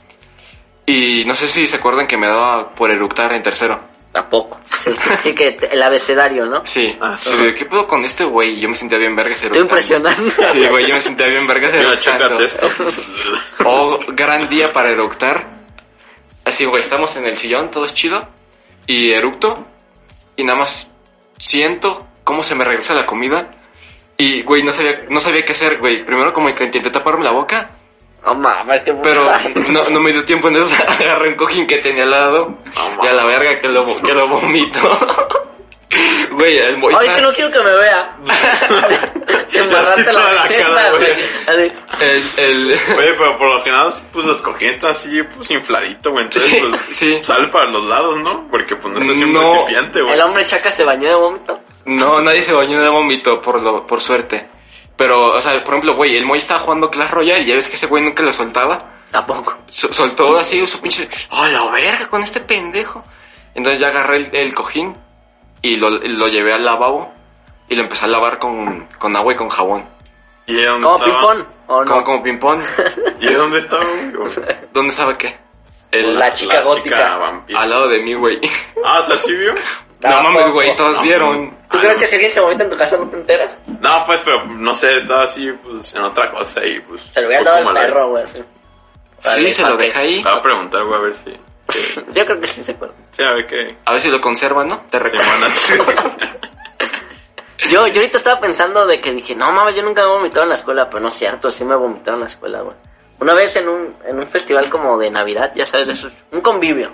A: Y no sé si se acuerdan que me daba por eructar en tercero.
B: Tampoco. Sí, que- sí que te- el abecedario, ¿no?
A: Sí.
C: Ah,
A: Sí,
C: sí.
A: ¿Qué puedo con este güey? Yo me sentía bien vergas
B: Estoy
A: eructando.
B: impresionando.
A: Sí, güey, yo me sentía bien vergas
C: Mira,
A: eructando.
C: chécate esto.
A: [laughs] Oh, gran día para eructar. Así, güey, estamos en el sillón, todo es chido. Y eructo. Y nada más siento cómo se me regresa la comida. Y, güey, no sabía, no sabía qué hacer, güey. Primero como que intenté taparme la boca,
B: No mames, qué
A: pero
B: brutal.
A: no, no me dio tiempo en eso. [laughs] Agarré un cojín que tenía al lado.
C: No,
A: y a la verga que lo, que lo vomito. [laughs] Güey, el Moy
B: Ay, es
A: está-
B: que no quiero que me vea. Te embarraste
C: Así toda la
B: jeta,
C: cara, güey.
B: Así.
A: el- el-
C: Oye, pero por lo general, pues los cojines están así, pues infladito, güey. Entonces,
A: Sí,
C: pues
A: sí.
C: sal para los lados, ¿no? Porque pues no es así un
A: No.
C: recipiente, güey.
B: El hombre chaca se bañó de vómito.
A: No, nadie se bañó de vómito, por, lo, por suerte. Pero, o sea, por ejemplo, güey, el Moy estaba jugando Clash Royale y ya ves que ese güey nunca lo soltaba.
B: Tampoco.
A: So- soltó así su pinche... ¡Oh, la verga con este pendejo! Entonces ya agarré el, el cojín y lo, lo llevé al lavabo y lo empecé a lavar con, con agua y con jabón.
C: ¿Y ahí dónde
B: ¿Como
C: estaba?
B: pipón? ¿O
A: Como,
B: no?
A: como ping-pong.
C: ¿Y ahí dónde estaba,
B: [laughs]
C: güey?
A: ¿Dónde sabe qué? El-
B: La chica gótica.
C: vampiro.
A: al lado de mí, güey.
C: Ah, o sea, ¿sí vio?
A: No
B: Tampoco.
A: mames, güey, todos
C: No,
A: vieron.
B: ¿Tú
C: Ah,
B: crees
C: no.
B: que si alguien se vomita en tu casa no te enteras?
C: No, pues, pero no sé, estaba así, pues, en otra cosa y pues...
B: Se lo hubiera
C: fue
B: dado
C: como
B: al
C: la-
B: perro, güey, así.
A: Sí,
B: Vale,
A: se lo
B: ¿para qué?
A: dejé ahí.
C: Le voy a preguntar, güey, a ver si...
B: Yo creo que sí se acuerda.
C: Sí, a ver qué...
A: A ver si lo conservan, ¿no? Te
C: si
A: recuerdo.
C: van
B: [laughs]
C: a hacer.
B: Yo, yo ahorita estaba pensando de que dije, no mames, yo nunca me he vomitado en la escuela, pero no es cierto, sí me he vomitado en la escuela, güey. Una vez en un, en un festival como de Navidad, ya sabes, de esos, un convivio,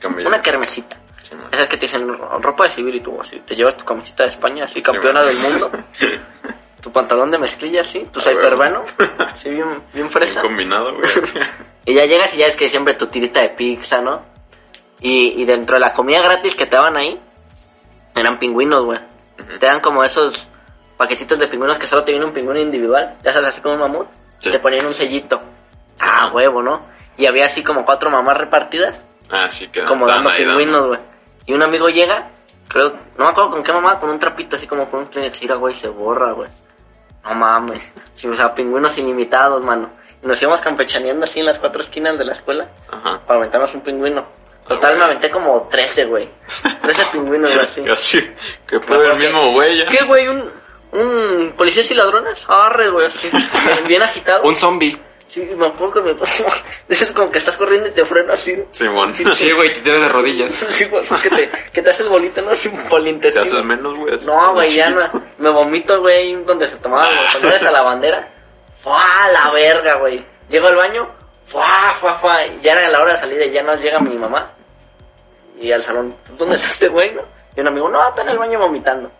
C: Cambio.
B: una carnecita.
C: Sí, man.
B: Esas que te dicen "Ro- ropa de civil y tú así, te llevas tu camiseta de España, así campeona
C: Sí,
B: del
C: man. [laughs]
B: mundo, tu pantalón de mezclilla, así, tu
C: huevo.
B: cyperbano, así bien, bien
C: Bien
B: fresa. [laughs]
C: combinado, güey.
B: Y ya llegas y ya es que siempre tu tirita de pizza, ¿no? Y, y dentro de la comida gratis que te daban ahí, eran pingüinos, güey. Te dan como esos paquetitos de pingüinos que solo te viene un pingüino individual, ya sabes, así como un mamut.
C: Sí.
B: Te ponían un sellito. Ah, huevo, ¿no? Y había así como cuatro mamás repartidas,
C: Ah, sí, que
B: como
C: dan
B: dando
C: ahí, dan.
B: pingüinos, güey. Y un amigo llega, creo, no me acuerdo con qué mamá, con un trapito así como con un Kleenex, mira, güey, se borra, güey. No mames. [laughs] Sí, o sea, pingüinos ilimitados, mano. Y nos íbamos campechaneando así en las cuatro esquinas de la escuela
C: Ajá.
B: para aventarnos un pingüino.
C: Ah,
B: Total,
C: güey.
B: me aventé como 13, güey. 13 pingüinos,
C: [laughs]
B: güey, así.
C: Yo así, que
B: Me
C: puede el
B: acuerdo
C: mismo
B: que-
C: güey ya.
B: ¿Qué, güey? ¿Un, un policías y ladrones? Arre, güey, así. Bien agitado.
A: Un zombie.
B: Sí, me acuerdo que me pasó. [laughs] Es como que estás corriendo y te frena así.
C: Simón. [laughs]
A: Sí, güey, te tiras de rodillas.
B: [laughs] Sí, güey, pues, que te, que te haces bolita, ¿no? [laughs] Así por el
C: Te haces
B: intestino.
C: menos, güey. así.
B: No, güey, ya no. Me vomito, güey, donde se tomaba los colores a la bandera. ¡Fua, la verga, güey! Llego al baño, ¡fua, fua, fua! Y Ya era la hora de salida y ya nos llega mi mamá. Y al salón, ¿dónde está este güey, no? Y un amigo, no, está en el baño vomitando.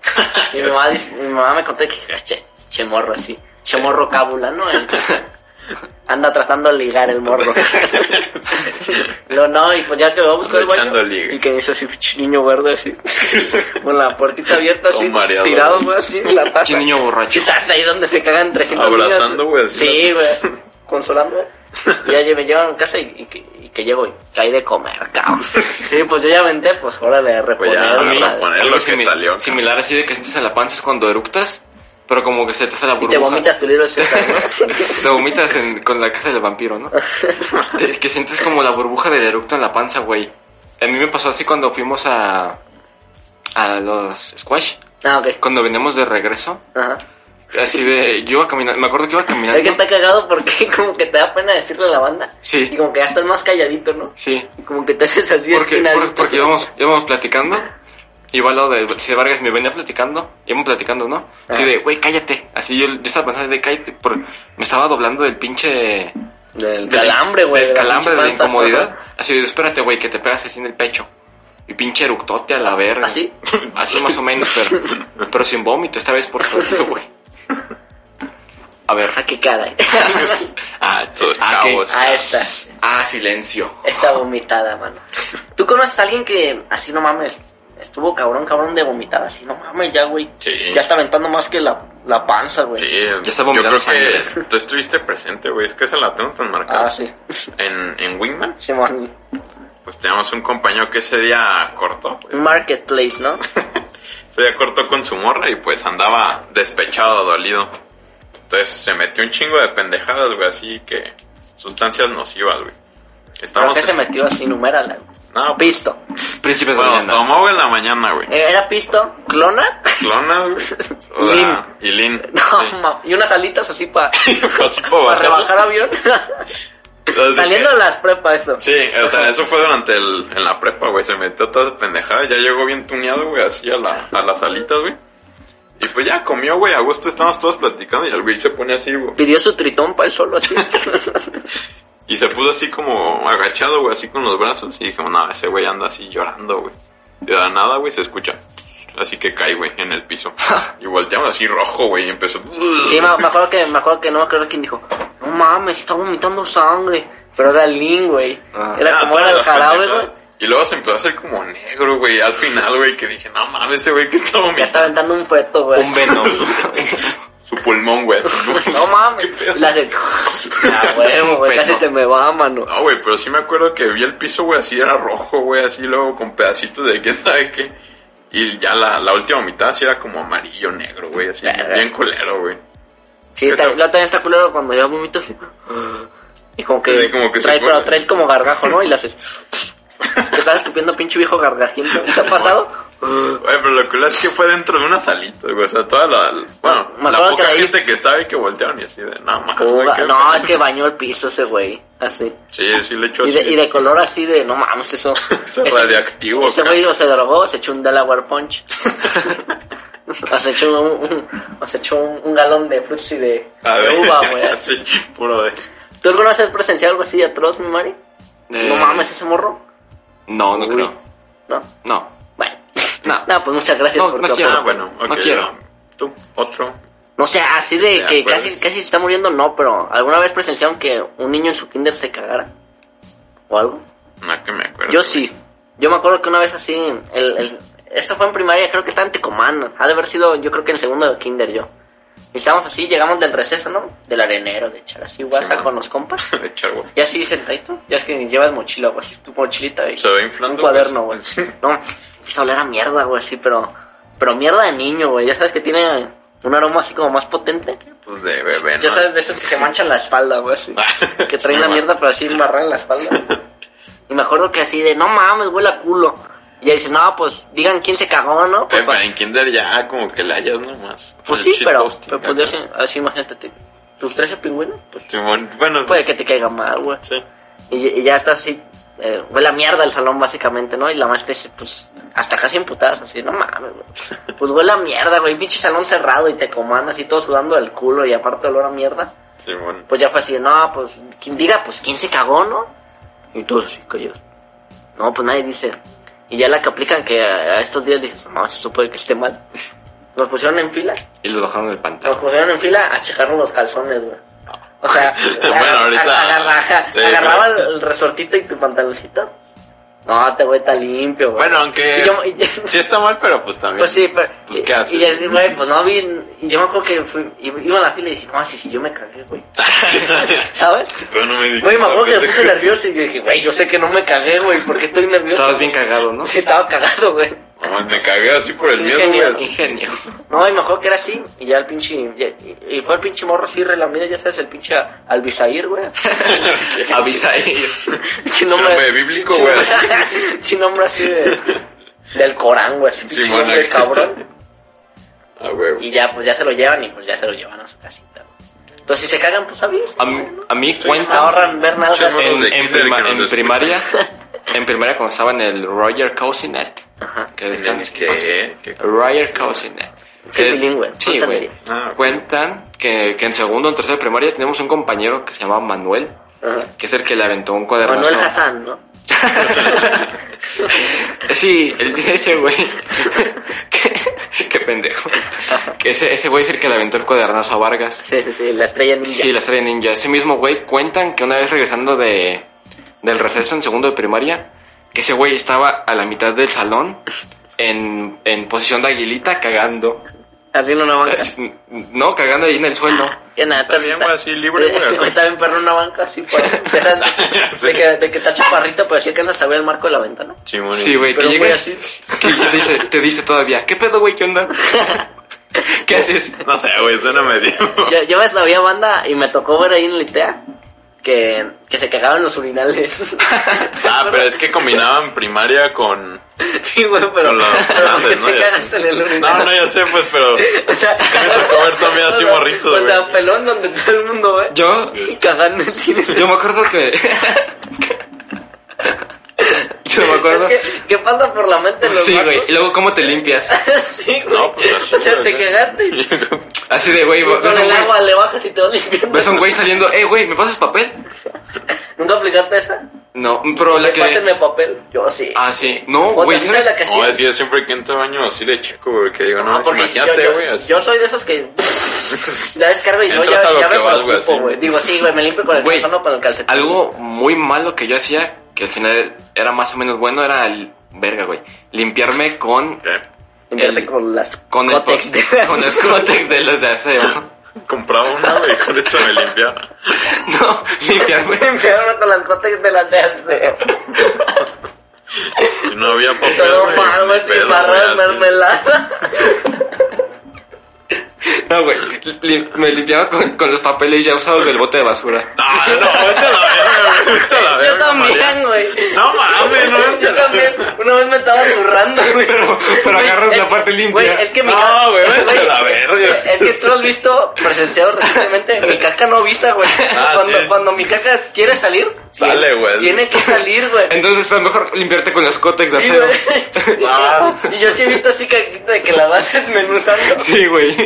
B: Y mi mamá, dice- mi mamá me contó que, "Ah, che, che morro así, che morro cábula, ¿no? El- Anda tratando de ligar el morro. [laughs] Lo no, y pues ya que lo busco el baño.
C: Aprovechando ligue.
B: Y que me hizo así, "Ch, niño verde así. Con la puertita abierta
C: Todo
B: así,
C: mareado.
B: tirado, güey, así, en la taza.
A: Pinche niño borracho.
B: Estás ahí donde se cagan 300
C: Abrazando,
B: niños.
C: güey, así
B: Sí,
C: la-
B: güey. Consolando. Y ya me llevan a casa y, y que, y que llego y caí de comer, cabrón. Sí, pues yo ya venté, pues órale, a
C: Pues ya,
B: reponer.
C: a
B: madre.
C: reponer lo
A: Algo
C: que
A: simi-
C: salió.
A: Similar así de que sientes a la panza es cuando eructas, pero como que se te hace la
B: y
A: burbuja.
B: te vomitas tu libro de César, ¿no?
A: [laughs] Te vomitas en- con la casa del vampiro,
B: [laughs]
A: ¿no? Te- que sientes como la burbuja del eructo en la panza, güey. A mí me pasó así cuando fuimos a a los squash,
B: Ah, ok.
A: cuando veníamos de regreso,
B: Ajá.
A: así de yo iba caminando, me acuerdo que iba caminando.
B: Es que está cagado porque [laughs] como que te da pena decirle a la banda.
A: Sí.
B: Y como que ya estás más calladito, ¿no?
A: Sí.
B: Y como que te haces así
A: porque,
B: esquinadito.
A: por- porque íbamos, íbamos platicando. Iba al lado de si Vargas, me venía platicando. Íbamos platicando, ¿no? Así
B: Ajá.
A: de, güey, cállate. Así yo, yo estaba pensando de, cállate. por- me estaba doblando del pinche.
B: Del
A: del-
B: calambre, güey.
A: Del
B: de la
A: calambre, de la
B: pinche panza.
A: incomodidad.
B: Ajá.
A: Así de, espérate, güey, que te pegas así en el pecho. Y pinche eructote
B: ¿Ah,
A: a la verga.
B: ¿Así?
A: [laughs] Así más o menos, pero, pero sin vómito, esta vez por suerte, güey. A ver.
B: Ah, qué
C: [laughs]
B: cara, [laughs] eh.
A: Ah,
C: Estos
A: ah, que-
C: chavos.
B: Ah, esta.
A: ah, silencio.
B: Esta vomitada, mano. ¿Tú conoces a alguien que así no mames? Estuvo cabrón, cabrón de vomitar, así no mames ya, güey.
C: Sí.
B: Ya está aventando más que la, la panza, güey.
C: Sí,
A: Ya está vomitando
C: yo creo que tú estuviste presente, güey. Es que esa la tengo tan marcada.
B: Ah, sí. [laughs]
C: En, en Wingman,
B: Simón,
C: pues teníamos un compañero que ese día cortó. pues.
B: un marketplace,
C: [laughs]
B: ¿no?
C: Ese día cortó con su morra y pues andaba despechado, dolido. Entonces se metió un chingo de pendejadas, güey. Así que sustancias nocivas, güey.
B: ¿Por
C: Estamos.
B: qué se metió así? Numérala.
C: No, pues,
B: Pisto.
A: Príncipes de
C: Bueno,
A: Oriana.
C: tomó, güey, en la mañana, güey.
B: Eh, Era pisto, clona. [laughs]
C: Clonas, güey. O sea, y Lin.
B: No,
C: Sí. [laughs]
B: ma- y unas alitas así para
C: Fue así para
B: para
C: bajar.
B: rebajar avión. [laughs]
C: Así
B: Saliendo
C: que-
B: de las prepas, eso.
C: Sí, o sea, eso fue durante el, en la prepa, güey. Se metió toda esa pendejada. Ya llegó bien tuneado, güey, así a, la, a las alitas, güey. Y pues ya comió, güey. A gusto estábamos todos platicando y el güey se pone así, güey.
B: Pidió su tritón para el solo
C: [laughs]
B: así.
C: Y se puso así como agachado, güey, así con los brazos. Y dije, no, ese güey anda así llorando, güey. De la nada, güey, se escucha. Así que cae, güey, en el
B: [laughs]
C: piso. Y volteamos así rojo, güey, y empezó.
B: Sí, me, me acuerdo que, me acuerdo que no me acuerdo quién dijo, no mames, está vomitando sangre. Pero era Lin, güey.
A: Ah.
B: Era
C: Ah,
B: como
C: todas
B: era el
C: las
B: jarabe,
C: pendejadas.
B: güey.
C: Y luego se empezó a hacer como negro, güey, al final, güey, que dije, no mames, ese güey que
B: Ya [laughs]
C: está
B: está
C: vomitando.
B: aventando un feto, güey.
A: Un
C: [laughs]
A: Venom.
C: Su pulmón, güey. [laughs]
B: [laughs] No
C: ¿Qué
B: mames.
C: pedo?
B: Y le hace. Ah, huevo, güey. Casi
A: Bueno.
B: se me va, mano.
C: No, güey, pero sí me acuerdo que vi el piso, güey, así era rojo, güey, así luego con pedacitos de quién sabe qué. Y ya la, la última mitad sí era como amarillo, negro, güey, así,
B: Verga.
C: bien culero, güey.
B: Sí,
C: Eso-
B: ta- yo también está culero cuando yo vomito así. Y como que,
C: Sí, como que se
B: traes, pero
C: pone.
B: traes como gargajo, ¿no? Y le
C: [laughs]
B: haces. Te estás escupiendo pinche viejo gargajiento. ¿Te ha pasado?
C: Güey, pero lo cool es que fue dentro de una salita, güey, o sea, toda la, la- bueno,
B: Me
C: la
B: acuerdo
C: poca
B: que ahí-
C: gente que estaba ahí que voltearon y así de, no, mames,
B: Uga-
C: qué
B: no,
C: pedo".
B: es que bañó el piso ese güey. Así.
C: Sí, sí le echó
B: Y
C: así.
B: de, y de color así de, no mames, eso.
C: [laughs] Eso
B: ese-
C: radiactivo,
B: Ese
C: acá.
B: güey o se drogó, o se echó un Delaware
A: [laughs]
B: Punch. o se echó un, un- o se echó un, un galón de frutas y de,
C: A
B: de
C: ver, [laughs]
B: uva, pues. güey. así.
C: sí, puro de eso.
B: ¿Tú alguna vez has presenciado algo así atroz, mi Mari?
A: Eh.
B: No mames, ese morro.
A: No, no
B: Uy.
A: creo.
B: No.
A: No.
B: Bueno.
A: No.
B: No, pues muchas gracias
A: No,
B: por
A: no
B: tu
A: quiero.
C: Ah,
B: aporte.
C: bueno, ok.
A: No quiero.
C: ya. Tú, otro.
B: No sé, así de
C: Ya,
B: que
C: pues.
B: casi, casi se está muriendo, no, pero ¿alguna vez presenciaron que un niño en su kinder se cagara? ¿O algo?
C: No, que me acuerdo.
B: Yo sí. Yo me acuerdo que una vez así, el, el- esto fue en primaria, creo que estaba en Tecomán. Ha de haber sido, yo creo que en segundo de kinder yo. Y estábamos así, llegamos del receso, ¿no? Del arenero, de echar así guasa
C: man.
B: con los
C: [laughs]
B: compas.
C: De hecho, güey.
B: Ya así sentadito, ya es que llevas mochila, güey, así tu mochilita, güey.
C: Se va inflando, pues.
B: Un cuaderno,
C: güey.
B: güey. No, empieza a oler a mierda, güey, así, pero, pero mierda de niño, güey. Ya sabes que tiene un aroma así como más potente.
C: Pues de bebé, ¿no?
B: Ya sabes, de esos que se manchan la espalda, güey,
C: [laughs]
B: así. Que traen
C: Sí,
B: la
C: man.
B: mierda, pero así embarran la
C: [laughs]
B: espalda. Y me acuerdo que así de, no mames, huele a culo. Y ella dice, no, pues, digan quién se cagó, ¿no? Pues,
C: Eh, pero en kinder ya como que le hayas nomás.
B: pues
C: El
B: sí,
C: shit
B: pero,
C: posting
B: pero pues
C: acá.
B: yo sí, así imagínate, te- tus 13 pingüinos, pues,
C: Simón, bueno,
B: puede
C: pues,
B: que te caiga mal, güey.
C: sí.
B: Y, y ya está así, eh, huele a mierda el salón, básicamente, ¿no? Y la maestra dice, pues, hasta casi emputadas, así, no mames,
C: [laughs]
B: güey. Pues huele a mierda, güey, pinche salón cerrado y te coman así, todo sudando del culo y aparte olor a mierda.
C: Simón.
B: Pues ya fue así, de, no, pues, quien diga, pues, ¿quién se cagó, no? Y todos así, callados. No, pues nadie dice. Y ya la que aplican que a, a estos días dices, no, se supone que esté mal. [laughs] Nos pusieron en fila,
A: Y los bajaron del
B: nos
A: pantalón.
B: pusieron en fila a checarnos los calzones, güey. O sea,
C: [laughs] Bueno,
B: agar-
C: ahorita-
B: agarra- agarra-
C: sí,
B: agarraba
C: pero-
B: el, el resortito y tu pantaloncito. No, te voy tan limpio, güey.
C: Bueno, aunque
B: Y yo- y-
C: [laughs] sí está mal, pero pues también.
B: pues sí, pero.
C: Pues,
B: y-
C: ¿qué haces?
B: Y ya, güey, pues no vi. Yo me acuerdo que fui- iba a la fila y dije, no, sí, sí, yo me cagué,
C: [laughs]
B: güey. [laughs] ¿Sabes?
C: pero no me di
B: Güey, me
C: cuenta,
B: acuerdo que me puse
C: [laughs] pendejo.
B: nervioso y yo dije, güey, yo sé que no me cagué, güey, ¿por qué estoy nervioso?
A: Estabas bien cagado, ¿no?
B: Sí, estaba cagado, güey.
C: No, me cagué así por el miedo,
B: Ingenio,
C: güey. así.
A: Ingenio.
B: No, y me acuerdo que era así, y ya el pinche, ya- y, y fue el pinche morro así relamido, ya sabes, el pinche
A: [laughs]
B: albisair, güey.
A: Avisa
B: [laughs]
A: ahí.
B: Pinche
C: Nombre bíblico, güey.
B: [laughs] Pinche nombre así de, del Corán, güey, así pinche
C: Simón, eh.
B: nombre
C: acá.
B: cabrón.
C: Ah, güey.
B: Y ya, pues ya se lo llevan y pues ya se lo llevan a su casita. güey. Pero si se cagan, pues avisen.
A: A mí, a mí cuentas.
B: Ahorran ver nada.
C: Sí,
A: En,
C: de
A: en
C: kinder
A: prima-
C: que nos
A: en
C: escucha. [laughs]
A: primaria, en primaria cuando estaba en el Roger Cousinet.
B: Ajá.
A: Que descanse.
C: ¿Qué? ¿Qué?
B: pues.
A: Roger Cousinet.
B: Qué bilingüe,
A: Sí,
B: cuéntame.
A: güey.
C: Ah, ok.
A: Cuentan que, que en segundo o en tercero de primaria tenemos un compañero que se llama Manuel,
B: Ajá.
A: que es el que le aventó un cuadernazo.
B: Manuel Hassan, ¿no?
A: Eh, Sí, el- ese güey. [laughs] qué, qué pendejo. Que ese, ese güey es el que le aventó el cuadernazo a Vargas.
B: Sí, sí, sí, la estrella ninja.
A: Sí, la estrella ninja. Ese mismo güey cuentan que una vez regresando de, del receso en segundo de primaria, que ese güey estaba a la mitad del salón en, en posición de aguilita
B: [laughs]
A: cagando.
B: Así en una banca.
A: No, cagando ahí en el suelo.
B: Que nada,
C: Está bien, güey, así
B: [laughs]
C: pues, libre, güey,
B: Ese güey Está bien perro en una banca, así, por de, esas-
C: [laughs] Sí.
B: de que, de que está chaparrito, pero así alcanzas a ver el marco de la ventana.
C: Simón.
A: Sí, güey, que
B: Pero güey,
A: llegas.
B: así.
A: que te dice, te dice todavía, ¿qué pedo, güey? ¿Qué
B: [laughs]
A: onda? ¿Qué haces?
C: No sé, güey, suena medio.
B: Yo, yo ves, había banda y me tocó ver ahí en la ITEA que, que se cagaban los urinales.
C: [laughs] Ah, pero es que combinaban primaria con,
B: [laughs] Sí, güey, pero.
C: con los
B: pero ¿por qué
C: grandes, ¿no?
B: te
C: Ya
B: cagas en el
C: sé.
B: urinal? [laughs]
C: No, no, ya sé, pues, pero [laughs]
B: O sea,
C: sí me tocó ver también
B: [laughs]
C: así
B: o sea,
C: morritos,
B: O
C: güey.
B: sea, pelón donde todo el mundo ve.
A: Yo,
B: Cagando en
C: [laughs]
B: cine.
A: yo me acuerdo que. [laughs] yo me acuerdo.
B: Es que, ¿Qué pasa por la mente de los
A: Sí, güey.
B: vatos?
A: Y luego, ¿cómo te limpias?
B: [laughs] sí, güey.
C: No, pues así,
B: o sea,
C: güey.
B: te cagaste. y
A: Así de, güey, ves
B: Con
A: a un
B: el
A: güey-
B: agua le bajas y te vas limpiando.
A: ves a un güey saliendo, eh, güey, ¿me pasas papel?
B: ¿Nunca aplicaste esa?
A: No, pero la que.
B: Pásenme papel. Yo sí.
A: Ah, sí. No,
B: O
A: güey,
B: también sabes
A: ¿sabes?
B: la que
C: No,
B: hacía?
C: es que yo siempre que entro al baño así de chico, güey, que digo, no,
B: Ah, porque yo-
C: imagínate,
B: yo-
C: güey, así.
B: Yo soy de esos
C: [laughs]
B: que la descargo y yo
C: Entras
B: ya,
C: a lo
B: ya
C: que
B: me
C: vas, güey,
B: preocupo,
C: así.
B: güey. Digo, sí, güey, me limpio con el
A: Güey,
B: calzón o con el calcetín.
A: Algo muy malo que yo hacía, que al final era más o menos bueno, era el. Verga, güey. Limpiarme con.
C: ¿Qué?
B: Limpiarte
A: el-
B: con las
A: Con el,
B: Kotex de-
A: po-
B: [laughs]
A: con el cótex de los de aseo.
C: Compraba una, güey, y con eso me limpiaba.
A: No, limpiarme.
B: Limpiarme con las cotex de las de aseo.
C: Si no había papel,
B: Todo
C: güey,
B: mal,
C: ni
B: güey,
C: pedo,
B: sin barras,
C: güey, así.
B: mermelada.
A: No, güey. li- me limpiaba con, con los papeles ya usados del bote de basura.
C: Ah, no, vete a la verga, güey, vete a la verga,
B: [laughs] Yo también,
C: María.
B: güey.
C: No mames, no vete a
B: Yo
C: la
B: también,
C: verga.
B: una vez me estaba zurrando, güey.
A: Pero- pero
B: Güey,
A: agarras
B: es-
A: la parte limpia.
B: Güey, es que mi
C: No,
B: ca-
C: güey, vete a la verga.
B: Es que tú lo has visto presenciado recientemente.
C: [laughs]
B: Mi caca no avisa, güey.
C: Ah,
B: cuando,
C: sí.
B: cuando mi caca quiere salir,
C: Sale,
B: tiene-
C: güey.
B: Tiene que salir,
C: [laughs]
B: güey.
A: Entonces es mejor limpiarte con los cótex de
B: Sí,
A: acero.
B: güey. [laughs]
C: Ah.
B: Y yo sí he visto así caquita de que la vas desmenuzando
A: Sí,
B: [laughs]
A: güey.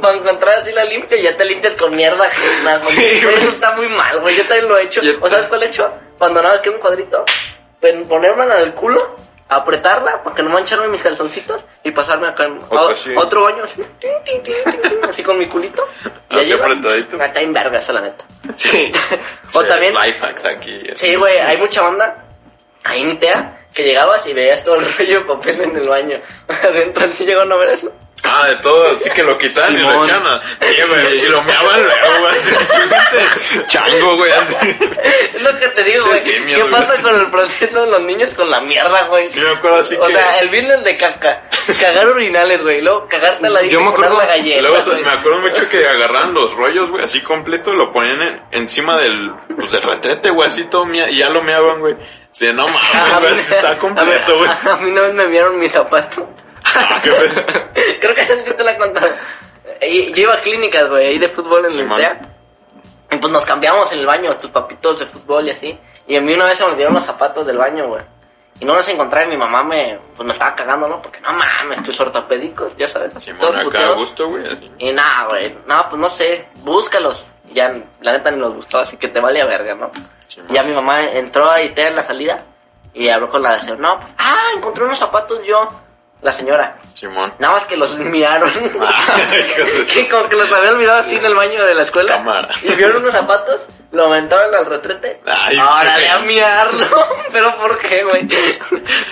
B: para encontrar así la limpia y ya te limpias con mierda ajena, güey.
A: Sí, güey.
B: Eso está muy mal, güey. Yo también lo he hecho.
A: Yo-
B: ¿O sabes cuál he hecho? Cuando nada más que un cuadrito, pen- ponerme en el culo, apretarla para que no mancharme mis calzoncitos y pasarme acá en-
C: Ojo,
B: a-
C: sí.
B: a otro baño así, tin, tin, tin, tin, tin, así con mi culito. Y
C: Así
B: ya llegas.
C: apretadito.
B: Está en verga esa la neta.
A: Sí.
B: [laughs] O también,
C: Life hacks aquí.
B: sí, güey, hay mucha banda ahí en ITEA que llegabas y veías todo el rollo de papel en el baño. [laughs] Adentro sí llegó a no ver eso.
C: Ah, de todo, así que lo quitan y lo
A: Simón.
C: echan. a- Sí, güey, y lo meaban luego, güey, así. ¿viste? Chango, güey, así.
B: Es lo que te digo,
C: Che,
B: güey.
C: sí,
B: ¿Qué
C: mierda,
B: pasa
C: güey.
B: con el proceso de los niños con la mierda, güey?
C: Sí, me acuerdo así
B: o
C: que-
B: sea, el business de caca. Cagar urinales, güey. Luego cagarte la
A: Yo me acuerdo-
B: la galleta.
C: Luego o sea,
B: güey.
C: me
B: [laughs]
C: acuerdo mucho que agarraban los rollos, güey, así completo, lo ponían en- encima del, pues, del retrete, güey, así todo mía, y ya lo meaban, güey. Sí, no
B: Ah,
C: mames, güey, así está
B: [laughs]
C: completo, güey.
B: A mí no me vieron mi zapato.
C: Ah, qué pedo.
B: [laughs] Creo que antes te la he contado. Y- Yo iba a clínicas, güey, ahí de fútbol en el
C: Simón.
B: TEA. Y pues nos cambiamos en el baño, tus papitos de fútbol y así. Y a mí una vez se me olvidaron los zapatos del baño, güey. Y no los encontré, y mi mamá me, pues me estaba cagando, ¿no? Porque no mames, tus ortopédicos, ya sabes, así
C: Simón,
B: todo
C: acá a
B: puteado.
C: gusto, güey. así.
B: Y nada, güey. No, pues no sé. Búscalos. Y Ya, la neta ni los gustó, así que te vale a verga, ¿no?
C: Sí,
B: Y ya mi mamá entró a ITEA en la salida y habló con la de aseo. No, pues, ah, encontré unos zapatos yo. La señora.
C: Simón.
B: Nada más que los
C: [laughs]
B: miraron.
C: hijos de
B: sí, como que los había olvidado así en el baño de la escuela.
C: Cámara.
B: Y vieron unos zapatos, lo aventaron al retrete.
C: Ay,
B: Ahora
C: sí.
B: voy a mirarlo. [laughs] Pero ¿por qué, güey?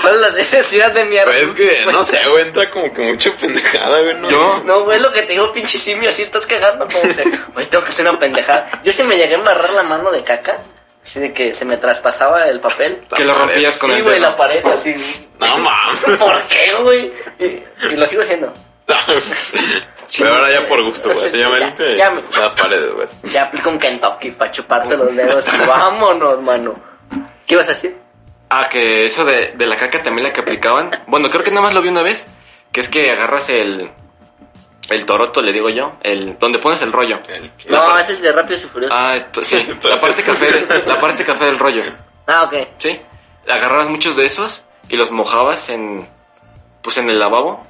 B: ¿Cuál es la necesidad de mirar?
C: Pues es que, no sé, güey, entra como que mucha pendejada, güey. ¿no?
A: Yo-
B: No, güey, lo que te digo, pinche simio, así estás cagando, como que, güey, tengo que hacer una pendejada. Yo si me llegué a embarrar la mano de caca, así de que se me traspasaba el papel.
A: Que lo rompías con
B: sí,
A: el
B: güey,
A: dedo.
B: la pared, así.
C: No mames.
B: ¿Por qué, güey? Y, y lo sigo haciendo.
C: Pero ahora ya por gusto, güey. así Ya me
B: Ya,
C: limpio y
B: ya me-
C: las paredes, güey.
B: Ya aplico un Kentucky para chuparte los dedos. [laughs] Vámonos, mano. ¿Qué ibas a decir?
A: Ah, que eso de, de la caca también la que aplicaban. Bueno, creo que nada más lo vi una vez. Que es que agarras el. El toroto, le digo yo. El, donde pones el rollo.
C: El que-
A: La
B: No,
A: parte-
B: ese es de Rápidos y Furiosos.
A: Ah, esto- sí. La parte café, de- la parte café del rollo.
B: Ah, ok.
A: ¿Sí? Agarrabas muchos de esos y los mojabas en. Pues en el lavabo.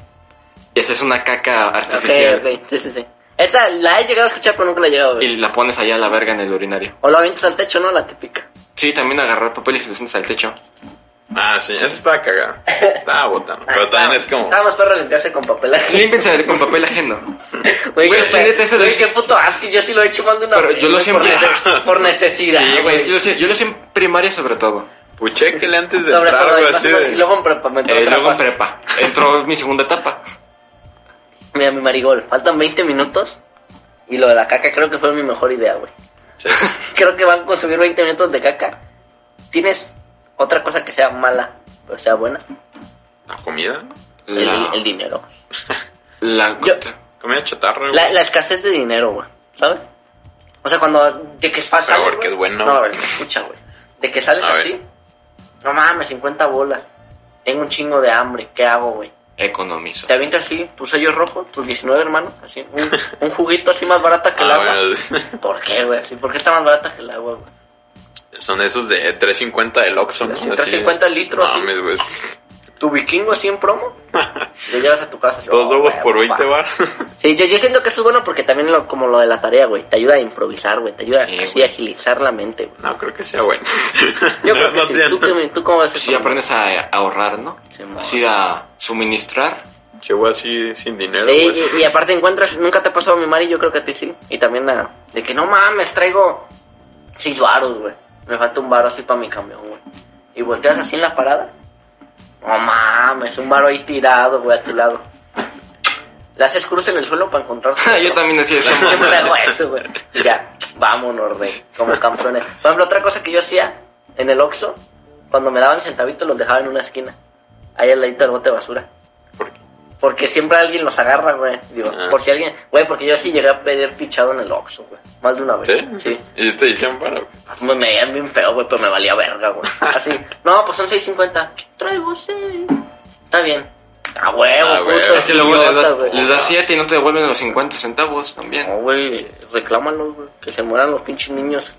A: Y haces una caca
B: Ok,
A: artificial.
B: ok. Sí, sí, sí. Esa la he llegado a escuchar, pero nunca la he llegado a ver.
A: Y la pones allá a la verga en el urinario.
B: O la avientas al techo, ¿no? La típica.
A: Sí, también agarrar papel y se lo sientes al techo.
C: Ah, sí, eso estaba cagado. Estaba botando. Pero también es como.
B: Ah, Nada más para limpiarse con papelaje.
A: Límpense con papel ajeno.
B: Güey,
A: Güey,
B: qué,
A: es que neta, ese
B: güey,
A: lo-
B: qué puto asco. Yo sí lo he hecho más de una
A: Pero
B: vez,
A: yo lo
B: güey,
A: siempre-
B: Por, nece- por necesidad.
A: Sí, güey.
B: güey.
A: es que Yo lo sé- yo lo sé en primaria sobre todo.
C: Pues chéquele antes de
B: Sobre
C: entrar,
B: todo,
C: güey,
B: y
C: así
B: más- y
C: de.
B: luego en prepa me entró
A: Eh,
B: otra
A: luego en
B: fase.
A: prepa. Entró mi segunda etapa.
B: Mira, mi marigol, faltan 20 minutos. Y lo de la caca creo que fue mi mejor idea, güey.
C: Sí.
B: [laughs] Creo que van a consumir 20 minutos de caca. ¿Tienes otra cosa que sea mala, pero sea buena?
C: La comida.
B: El,
A: La,
B: el dinero.
A: la-
B: Yo-
C: Comida chatarra, güey. Ah,
B: La, la escasez de dinero, güey. ¿Sabes? O sea, cuando de que pasas.
C: Pero porque es bueno.
B: No, a ver, escucha, güey. De que sales
C: A ver.
B: así. No mames, 50 bolas. Tengo un chingo de hambre. ¿Qué hago, güey?
A: Economizo.
B: Te avientas así, tus sellos rojos, tus 19 hermanos, así. Un, un juguito así más barata que el
C: Ah,
B: agua.
C: bueno,
B: ¿Por qué, güey? Así, ¿Por qué está más barata que el agua, güey?
C: [laughs] son esos de 350 del Oxxo, ¿no?
B: Así, 350 litros,
C: No,
B: así.
C: mames, güey.
B: Tu vikingo así en promo.
C: [laughs]
B: Lo llevas a tu casa. así,
C: Dos
B: oh,
C: huevos
B: güey,
C: por
B: pa.
C: 20 bar. [laughs]
B: Sí, yo, yo siento que eso es bueno porque también lo, como lo de la tarea, güey. Te ayuda a improvisar, güey. Te ayuda
A: Sí,
B: así
A: güey.
B: a agilizar la mente, güey.
C: No creo que sea bueno.
B: Yo
C: No,
B: creo que
C: [laughs] no
B: sí.
C: tiene-
B: ¿Tú, qué- tú cómo ves eso?
A: Pues Si aprendes a, a ahorrar, ¿no?
B: Sí, mo.
A: Así a suministrar. [laughs]
C: [laughs] Llegó así sin dinero,
B: Sí,
C: pues.
B: y, y aparte encuentras, nunca te ha pasado mi Mari, yo creo que a ti sí. Y también la, de que no mames, traigo seis varos, güey. Me falta un varo así para mi camión, güey. Y volteas así en la parada. No mames, un varo ahí tirado, güey, a tu lado. Le haces cruz en el suelo para
C: [laughs]
B: encontrar.
A: Yo también hacía eso.
B: Siempre hago eso, güey. Y ya, vámonos, rey, como campeones. Por ejemplo, otra cosa que yo hacía en el Oxxo, cuando me daban centavitos los dejaba en una esquina. Ahí al ladito del bote de basura.
C: ¿Por qué?
B: Porque siempre alguien los agarra, güey. Digo,
C: Ah.
B: por si alguien... Güey, porque yo sí llegué a pedir fichado en el Oxxo, güey. Más de una vez.
C: ¿Sí? ¿Y te dicen para?
B: Me me veían bien feo, güey, pero me valía verga, güey. Así. No, pues son 6.50. Traigo 6. Está bien. A huevo,
C: Ah, güey.
B: puto.
C: Es
A: Que luego les
B: idiota,
A: das,
B: güey.
A: les das siete y no te devuelven los 50 centavos también.
B: No, güey, reclámalo, güey. Que se mueran los pinches niños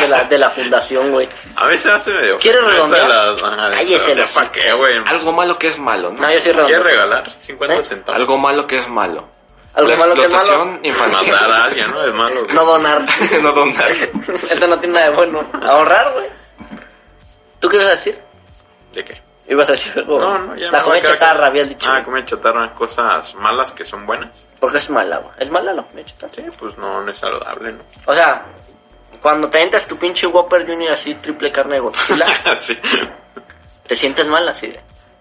B: de la, de la fundación, güey.
C: A mí se hace medio.
B: ¿Quieres
C: feo. Esa
B: redondear?
C: de las- ajá, de-
B: Cállese el
C: de pa'
B: hocico.
C: qué, güey?
A: Algo malo que es malo, ¿no?
B: No, yo sí
C: ¿Quieres
B: redondo.
C: regalar 50
B: ¿Eh?
C: centavos?
A: Algo malo que es malo.
B: Algo
A: La
B: malo que es malo.
A: explotación infantil.
C: Matar a alguien, ¿no? Es malo. güey.
B: No
C: [laughs]
B: donar.
A: [laughs] no donar.
B: Eso no tiene nada de bueno. Ahorrar, güey. ¿Tú qué ibas a decir?
C: ¿De qué?
B: Ibas a decir algo.
C: No, no, ya
B: La
C: me voy a
B: comida
C: quedar
B: chatarra,
C: con-
B: habías dicho.
C: Ah,
B: güey.
C: comida chatarra, cosas malas que son buenas.
B: Porque es mala, güey. Es mala la comida chatarra.
C: Sí, pues no, no es saludable, ¿no? [laughs]
B: O sea, cuando te entras tu pinche Whopper Junior así, triple carne de
C: [laughs]
B: Godzilla,
C: Ah, sí.
B: te sientes mal así. de-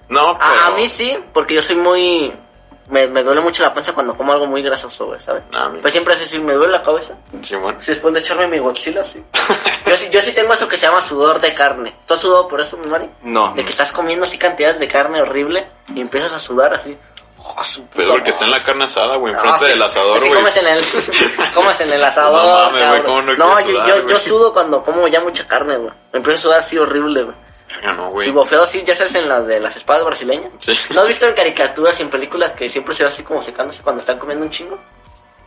C: No, pero.
B: Ah, A, a mí sí, porque yo soy muy... Me, me duele mucho la panza cuando como algo muy grasoso, güey, ¿sabes?
C: A mí.
B: Pues siempre así, sí, me duele la cabeza.
C: Simón.
B: Si después de echarme mi Godzilla,
C: [laughs]
B: sí. Yo sí, yo sí tengo eso que se llama sudor de carne. ¿Tú has sudado por eso, mi Mari?
A: No.
B: De que estás comiendo así cantidades de carne horrible y empiezas a sudar así. Oh, su puta
C: Pero Ah, porque
B: madre.
C: está en la carne asada, güey,
B: No,
C: enfrente
B: sí,
C: del asador,
B: sí,
C: güey.
B: comes en
C: [laughs]
B: el, comes en el asador.
C: No mames, güey,
B: cabrón.
C: ¿cómo no
B: No,
C: quieres
B: yo,
C: sudar,
B: yo-
C: güey?
B: yo sudo cuando como ya mucha carne, güey. Me empiezo a sudar así horrible, güey.
C: Verga, no, güey.
B: Si bofeo así, ya sabes, en la de las espadas brasileñas.
C: Sí.
B: ¿No has visto en caricaturas y en películas que siempre se ve así como secándose cuando están comiendo un chingo?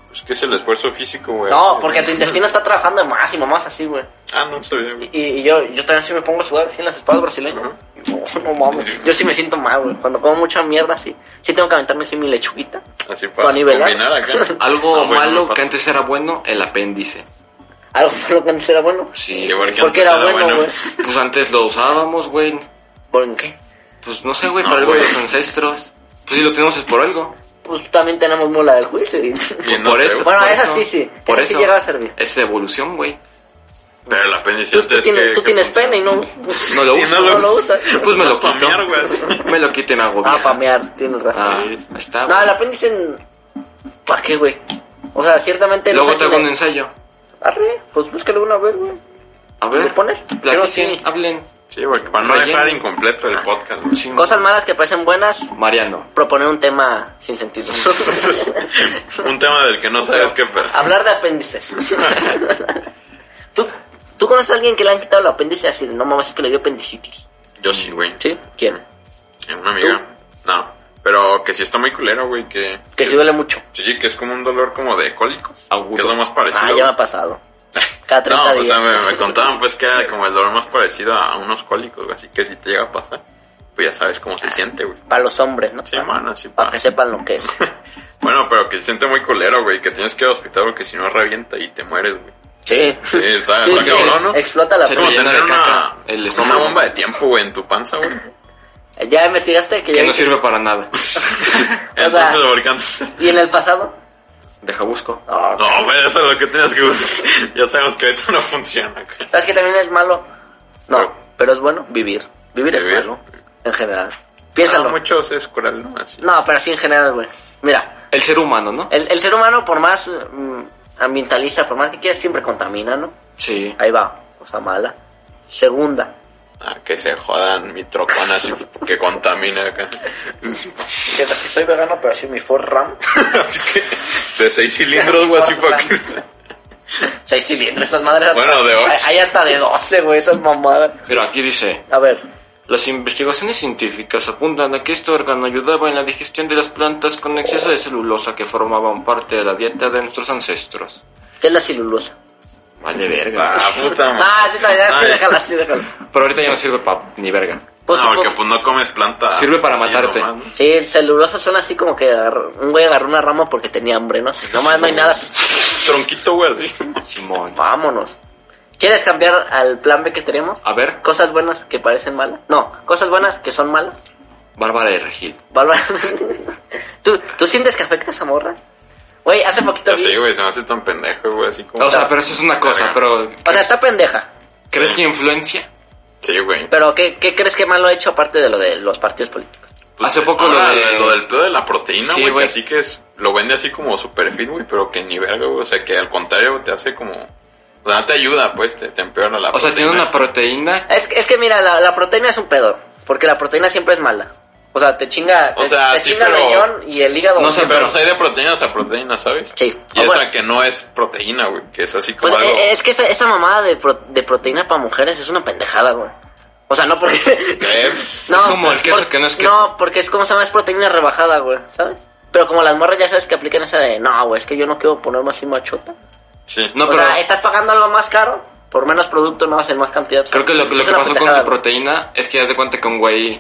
C: Pues que es el esfuerzo físico, güey.
B: No, porque tu intestino está trabajando más y más así, güey.
C: [laughs] Ah, no sabía, güey.
B: Y, y yo, yo también sí me pongo a sudar así en las espadas brasileñas.
C: Ajá.
B: No, no mames. Yo sí me siento mal, güey. Cuando como mucha mierda así, sí tengo que aventarme así mi lechuguita.
C: Así para
B: Pa' nivelar. [laughs]
C: combinar acá.
A: Algo
C: No, güey, Ah, no
A: malo
C: me
A: que
C: pasa.
A: antes era bueno, el apéndice.
B: Algo [laughs] por lo que antes era bueno.
A: Sí.
C: Qué bueno que
B: Porque
C: antes
B: era bueno, güey.
A: Pues antes lo usábamos, güey.
B: ¿Por qué?
A: Pues no sé, güey,
C: No,
A: para algo de
C: güey.
A: los ancestros. Pues si lo tenemos es por algo.
B: Pues también tenemos mula del juicio. y- [laughs]
C: Y no
A: por
C: sé,
A: eso.
B: Bueno,
A: por
B: esa
A: eso,
B: sí, sí.
A: Por
B: Esa sí
A: eso.
B: llegaba a servir.
A: Es evolución,
B: [laughs]
A: güey.
C: Pero el apéndice
B: Tú, tú
C: antes
B: tienes,
C: que-
B: tú
C: que
B: tienes
C: funciona.
B: pena
C: [laughs]
B: y no, [laughs]
A: No lo
C: Sí,
A: uso.
C: no
B: no lo usas.
A: Pues me lo
C: Pa'
A: quito.
C: mear, güey, así.
A: Me lo quito y me hago
B: Ah,
A: vieja.
B: famear, tienes
A: Ah,
B: razón.
A: ahí está,
B: no,
A: güey.
B: el apéndice... en- ¿Para qué, güey? O sea, ciertamente...
A: Luego
B: no sé
A: te
B: si
A: hago un
B: le-
A: ensayo.
B: Arre, pues búscalo una vez, güey.
A: A ver.
B: ¿Lo pones? Creo que
A: Platiquen,
B: sí.
A: hablen.
C: Sí, güey, para no dejar
A: Relleno.
C: incompleto el podcast, güey.
A: Sí.
B: Cosas malas que parecen buenas,
A: Mariano.
B: proponer un tema sin sentido. [laughs]
C: Un tema del que no sabes qué per-
B: Hablar de apéndices. ¿Tú, ¿Tú conoces a alguien que le han quitado el apéndice así? de, No mames, es que le dio apendicitis.
C: Yo sí, güey.
B: ¿Sí? ¿Quién?
C: Una amiga. No. Pero que sí está muy culero, güey, que...
B: Que sí duele mucho.
C: Sí, que es como un dolor como de cólico.
A: Agudo.
C: Que es lo más parecido.
B: Ah, ya me ha pasado. Cada 30
C: Este, no, o
B: días.
C: sea, me, me contaban pues que era como el dolor más parecido a unos cólicos, güey. Así que si te llega a pasar, pues ya sabes cómo
B: Ah.
C: se siente, güey.
B: Para los hombres, ¿no?
C: Sí, man, así
B: Para
C: pa.
B: que sepan lo que es.
C: Bueno, pero que se siente muy culero, güey. Que tienes que ir al hospital porque si no revienta y te mueres, güey.
B: Sí. [laughs]
C: Sí, está,
B: Sí,
C: está
B: sí,
C: cabrón, ¿no?
B: Explota la
A: Se
C: Como
A: te llena
C: tener
A: de
C: una,
A: caca el
C: una
A: estómago.
C: bomba de tiempo, güey, en tu
B: [laughs]
C: panza, güey.
B: Ya investigaste que ya.
A: Que no sirve para nada.
C: Entonces, porque antes...
B: ¿Y en el pasado?
A: Deja busco.
B: No.
C: [laughs] No, pero eso es lo que tienes que usar. [laughs] Ya sabemos que ahorita no funciona, güey.
B: ¿Sabes que también es malo? No,
C: Pero-
B: pero es bueno vivir. Vivir es
C: Vivir.
B: malo, en general.
C: No,
B: Piénsalo. No,
C: Ah, muchos es cural, ¿no? Así.
B: pero sí en general, güey. Mira,
A: El ser humano, ¿no?
B: el, el ser humano, por más mm, ambientalista, por más que quiera, siempre contamina, ¿no?
A: Sí.
B: Ahí va, cosa mala. Segunda,
C: Ah, que se jodan mi trocón así que contamina acá.
B: que sí soy vegano, pero sí mi Ford Ram.
C: Así que de seis cilindros, güey, así para que...
B: Seis cilindros, esas madres. hasta-
C: Bueno, de ocho.
B: Hay- Hay hasta de 12, güey, esas mamadas.
A: Pero aquí dice,
B: A ver,
A: Las investigaciones científicas apuntan a que este órgano ayudaba en la digestión de las plantas con exceso de celulosa que formaban parte de la dieta de nuestros ancestros.
B: ¿qué es la silulosa?
A: Vale, verga.
C: Ah, puta madre.
B: Ah, sí, todavía, sí,
C: Ay.
B: déjala, sí, déjala.
A: Ah, Pero ahorita ya no sirve para ni verga.
B: Pues,
C: no, porque
B: pues,
C: pues no comes planta.
A: Sirve para
C: así
A: matarte.
C: nomás, ¿no?
B: sí, celulosa suena así como que agarró- un güey agarró una rama porque tenía hambre, ¿no? Si nomás no hay nada, así,
C: Tronquito, güey, así.
A: Simón.
B: vámonos. ¿Quieres cambiar al plan B que tenemos?
A: A ver,
B: Cosas buenas que parecen malas. No, cosas buenas que son malas.
A: Bárbara de Regil.
B: Bárbara. [laughs] ¿Tú, ¿Tú sientes que afectas a morra? Güey, hace poquito
C: Ya
B: vi...
C: sé, güey, se me hace tan pendejo, güey, así como.
A: O sea, pero eso es una cosa, pero
B: O sea, está pendeja.
A: ¿crees que influencia?
C: Sí, güey.
B: Pero ¿qué, qué crees que malo ha hecho aparte de lo de los partidos políticos?
A: Hace poco lo
C: Pues, Ahora,
A: de-
C: del pedo de la proteína,
A: Sí,
C: güey, que
A: güey.
C: así que es, lo vende así como super fit, güey, pero que ni verga, güey. O sea, que al contrario te hace como. O sea, no te ayuda, pues, te, te empeora la
A: O sea, tiene
C: proteína.
A: una proteína.
B: Es, que- es que mira, la, la proteína es un pedo. Porque la proteína siempre es mala. O sea, te chinga,
C: O
B: te-
C: sea,
B: te
C: sí,
B: chinga
C: pero-
B: el riñón y el hígado.
A: No sé,
C: Pero o sea, hay de proteínas a proteínas, ¿sabes?
B: Sí.
C: Y
B: Ah,
C: esa
B: bueno.
C: que no es proteína, güey, que es así
B: Pues
C: como algo.
B: eh, es que esa, esa mamada de, pro- de proteína para mujeres es una pendejada, güey. O sea, no
A: [laughs]
B: porque... [laughs]
C: ¿Crees?
B: No,
A: Es como el queso
B: por-
A: que no es queso.
B: No, porque es como se llama, es proteína rebajada, güey, ¿sabes? Pero como las morras ya sabes que aplican esa de, no, güey, es que yo no quiero ponerme así machota.
C: Sí.
A: No,
B: o
A: pero
B: sea, estás pagando algo más caro, por menos producto no hacen más cantidad.
A: creo que lo, lo
B: Es
A: que
B: una
A: pasó con
B: pendejada,
A: su
B: güey.
A: proteína es que ya se cuenta que un güey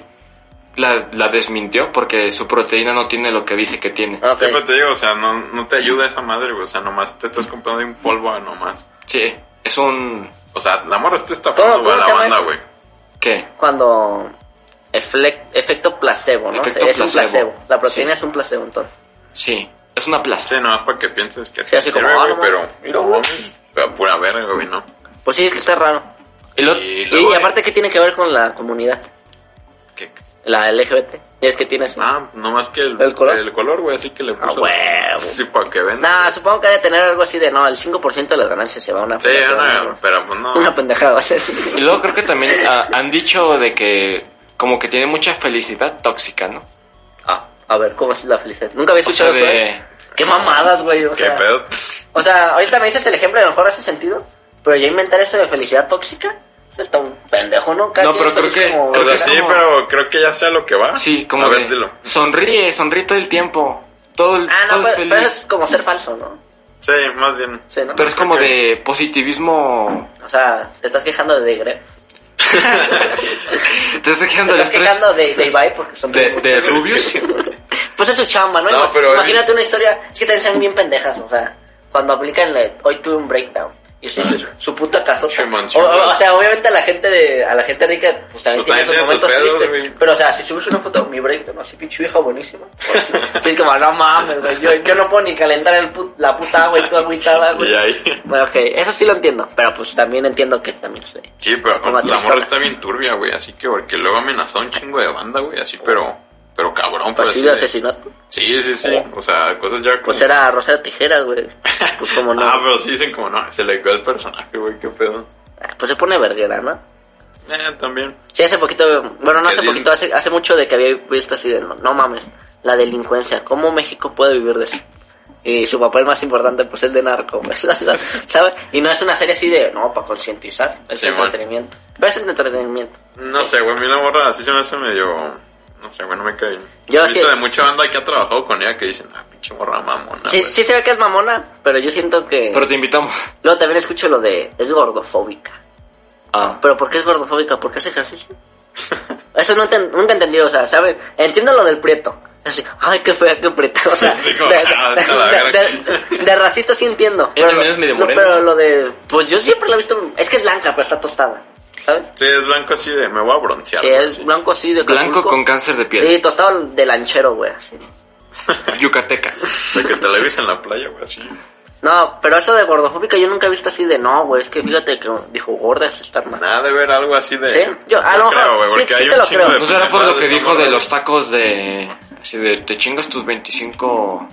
A: la, la desmintió porque su proteína no tiene lo que dice que tiene.
B: Ah, ok.
C: Siempre pues, te digo, o sea, no, no te ayuda esa madre, güey. O sea, nomás te estás comprando un polvo, ah, nomás.
A: Sí, es un...
C: O sea, la morra está
B: ¿Cómo-
C: estafando, güey,
B: cómo
C: a
B: se
C: la
B: llama
C: banda,
B: eso?
C: güey.
A: ¿Qué?
B: Cuando efle- efecto placebo, ¿no?
A: Efecto
B: es un
A: placebo.
B: placebo. La proteína
A: Sí.
B: es un placebo, entonces.
A: Sí, es una plaza.
C: Sí, nomás para que pienses que
B: Sí,
C: te
B: así como,
C: sirve,
B: ah,
C: güey,
B: no
C: pero...
B: mames.
C: Pero, mames, pero pura verga, güey, no.
B: Pues sí, es que está raro.
A: Y eh, lo-
C: Y
B: Y,
C: luego,
B: aparte, ¿qué tiene que ver con la comunidad?
C: que-
B: La LGBT. Es que tienes...
C: Ah, nomás que el,
B: ¿El color?
C: El color, güey, así que le puso...
B: huevo.
C: Sí, para que venda.
B: Nah, supongo que debe tener algo así de, no, el 5% de las ganancias se va a una
C: Sí,
B: fundación,
C: no,
B: ¿no?
C: pero pues no.
B: Una pendejada, o sea,
A: Y luego creo que también ah, han dicho de que como que tiene mucha felicidad tóxica, ¿no?
B: Ah, a ver, ¿cómo es la felicidad? Nunca había
A: O sea,
B: escuchado eso,
A: de-
B: ¿eh? Qué mamadas, güey, o
C: ¿Qué
B: sea...
C: pedo?
B: O sea, ahorita me dices el ejemplo y a lo mejor hace sentido, pero yo inventar eso de felicidad tóxica, eso está un pendejo, ¿no? Cada
A: No,
B: quien
A: pero
B: es feliz
A: creo que-
B: como-
C: O
A: creo
C: sea,
A: que
C: sí,
A: como-
C: pero creo que ya sea lo que va.
A: Sí, como
C: A
A: de...
C: ver, dilo.
A: Sonríe, sonríe todo el tiempo. Todo, el-
B: Ah,
A: todo
B: no,
A: es Pues
B: pero,
A: feliz.
B: pero es como ser falso, ¿no?
C: Sí, más bien.
B: Sí, ¿no?
A: Pero es como
C: Ok.
A: de positivismo...
B: O sea, te estás quejando de Greg.
A: Te estás quejando
B: Te
A: del
B: estás
A: estrés
B: quejando de, de Ibai porque son
A: de,
B: bien-
A: de
B: [laughs]
A: Rubius.
B: Pues es su chamba, ¿no?
C: No,
B: Ima-
C: pero-
B: Imagínate una historia, es que también sean bien pendejas, o sea, cuando aplican la- hoy tuve un breakdown. Y sí, su, su puta casota.
C: Chimón,
B: O,
C: chimón.
B: o- o sea, obviamente a la gente de, a la gente rica, pues también
C: Pues
B: tiene
C: también
B: esos
C: tiene sus
B: momentos
C: pedos,
B: tristes.
C: güey.
B: Pero o sea, si subes una foto, mi breakdown, así pinche vieja buenísima. Pues, sí, es como, no mames, güey. Yo, yo no puedo ni calentar el put- la puta agua y tú agüitada, güey.
C: [laughs] Y ahí...
B: Bueno, ok, eso sí lo entiendo, pero pues también entiendo que también se.
C: Sí, pero
B: se ponga
C: aparte, la
B: tristona.
C: morra está bien turbia, güey, así que porque luego amenazó a un chingo de banda, güey, así, pero, pero cabrón, pero
B: Pues sí,
C: así
B: de
C: de-
B: asesinato.
C: Sí, sí, sí, o sea, cosas ya como...
B: Oh. Pues era Rosario Tijeras, güey. Pues como no.
C: [laughs] Ah, pero sí dicen como, no, se le quedó el personaje, güey, qué pedo.
B: Ah, Pues se pone verguera, ¿no?
C: Eh, también.
B: Sí, hace poquito, bueno, no
C: Que
B: hace
C: bien-
B: poquito, hace, hace mucho de que había visto así de, no, no mames, la delincuencia, ¿cómo México puede vivir de eso? Y su papel más importante, pues es de narco, [laughs] güey, ¿sabes? Y no es una serie así de, no, para concientizar, es
C: Sí, man.
B: entretenimiento. Pero es entretenimiento.
C: No sé, güey, a mí la morra así se me hace medio... No sé, güey, no me cae bien.
B: Yo
C: He visto
B: sí-
C: de mucha banda que ha trabajado con ella que dicen, ah, pues. pinche morra mamona,
B: Sí,
C: güey.
B: sí se ve que es mamona, pero yo siento que...
A: Pero te invitamos.
B: Luego también escucho lo de, es gordofóbica.
A: Ah,
B: ¿Pero por qué es gordofóbica? ¿Por qué hace ejercicio? [laughs] Eso no enten- nunca he entendido, o sea, ¿sabes? Entiendo lo del prieto. Así, ay, qué fea, qué prieta. [laughs] O sea,
C: Sí,
B: de,
C: como, ah, vete a la verga.
B: de- de- de racista sí entiendo.
A: Ella también es medio
B: no,
A: morena.
B: pero lo de, pues yo siempre la he visto, es que es blanca, pero está tostada, ¿sabes?
C: Sí, es blanco así de, me voy a broncear.
B: Sí,
C: güey,
B: es
C: así.
B: blanco así de
A: blanco
B: Acapulco.
A: con cáncer de piel.
B: Sí, tostado de lanchero, güey, así.
C: [laughs]
A: Yucateca.
C: De que te la ves en la playa, güey, así.
B: No, pero eso de gordofóbica yo nunca he visto así de, no, güey, es que fíjate que dijo gorda es estar mal.
C: Nada de ver algo así de...
B: Sí, yo- a
C: no
B: lo mejor-
C: creo, güey,
B: sí, sí
C: porque hay
B: te
C: un
B: lo
C: chingo
B: creo.
C: de
A: No será Pues por lo
C: pendejadas
A: que
C: de esa
A: dijo de
C: morra,
A: los tacos de... Así de te chingas tus 25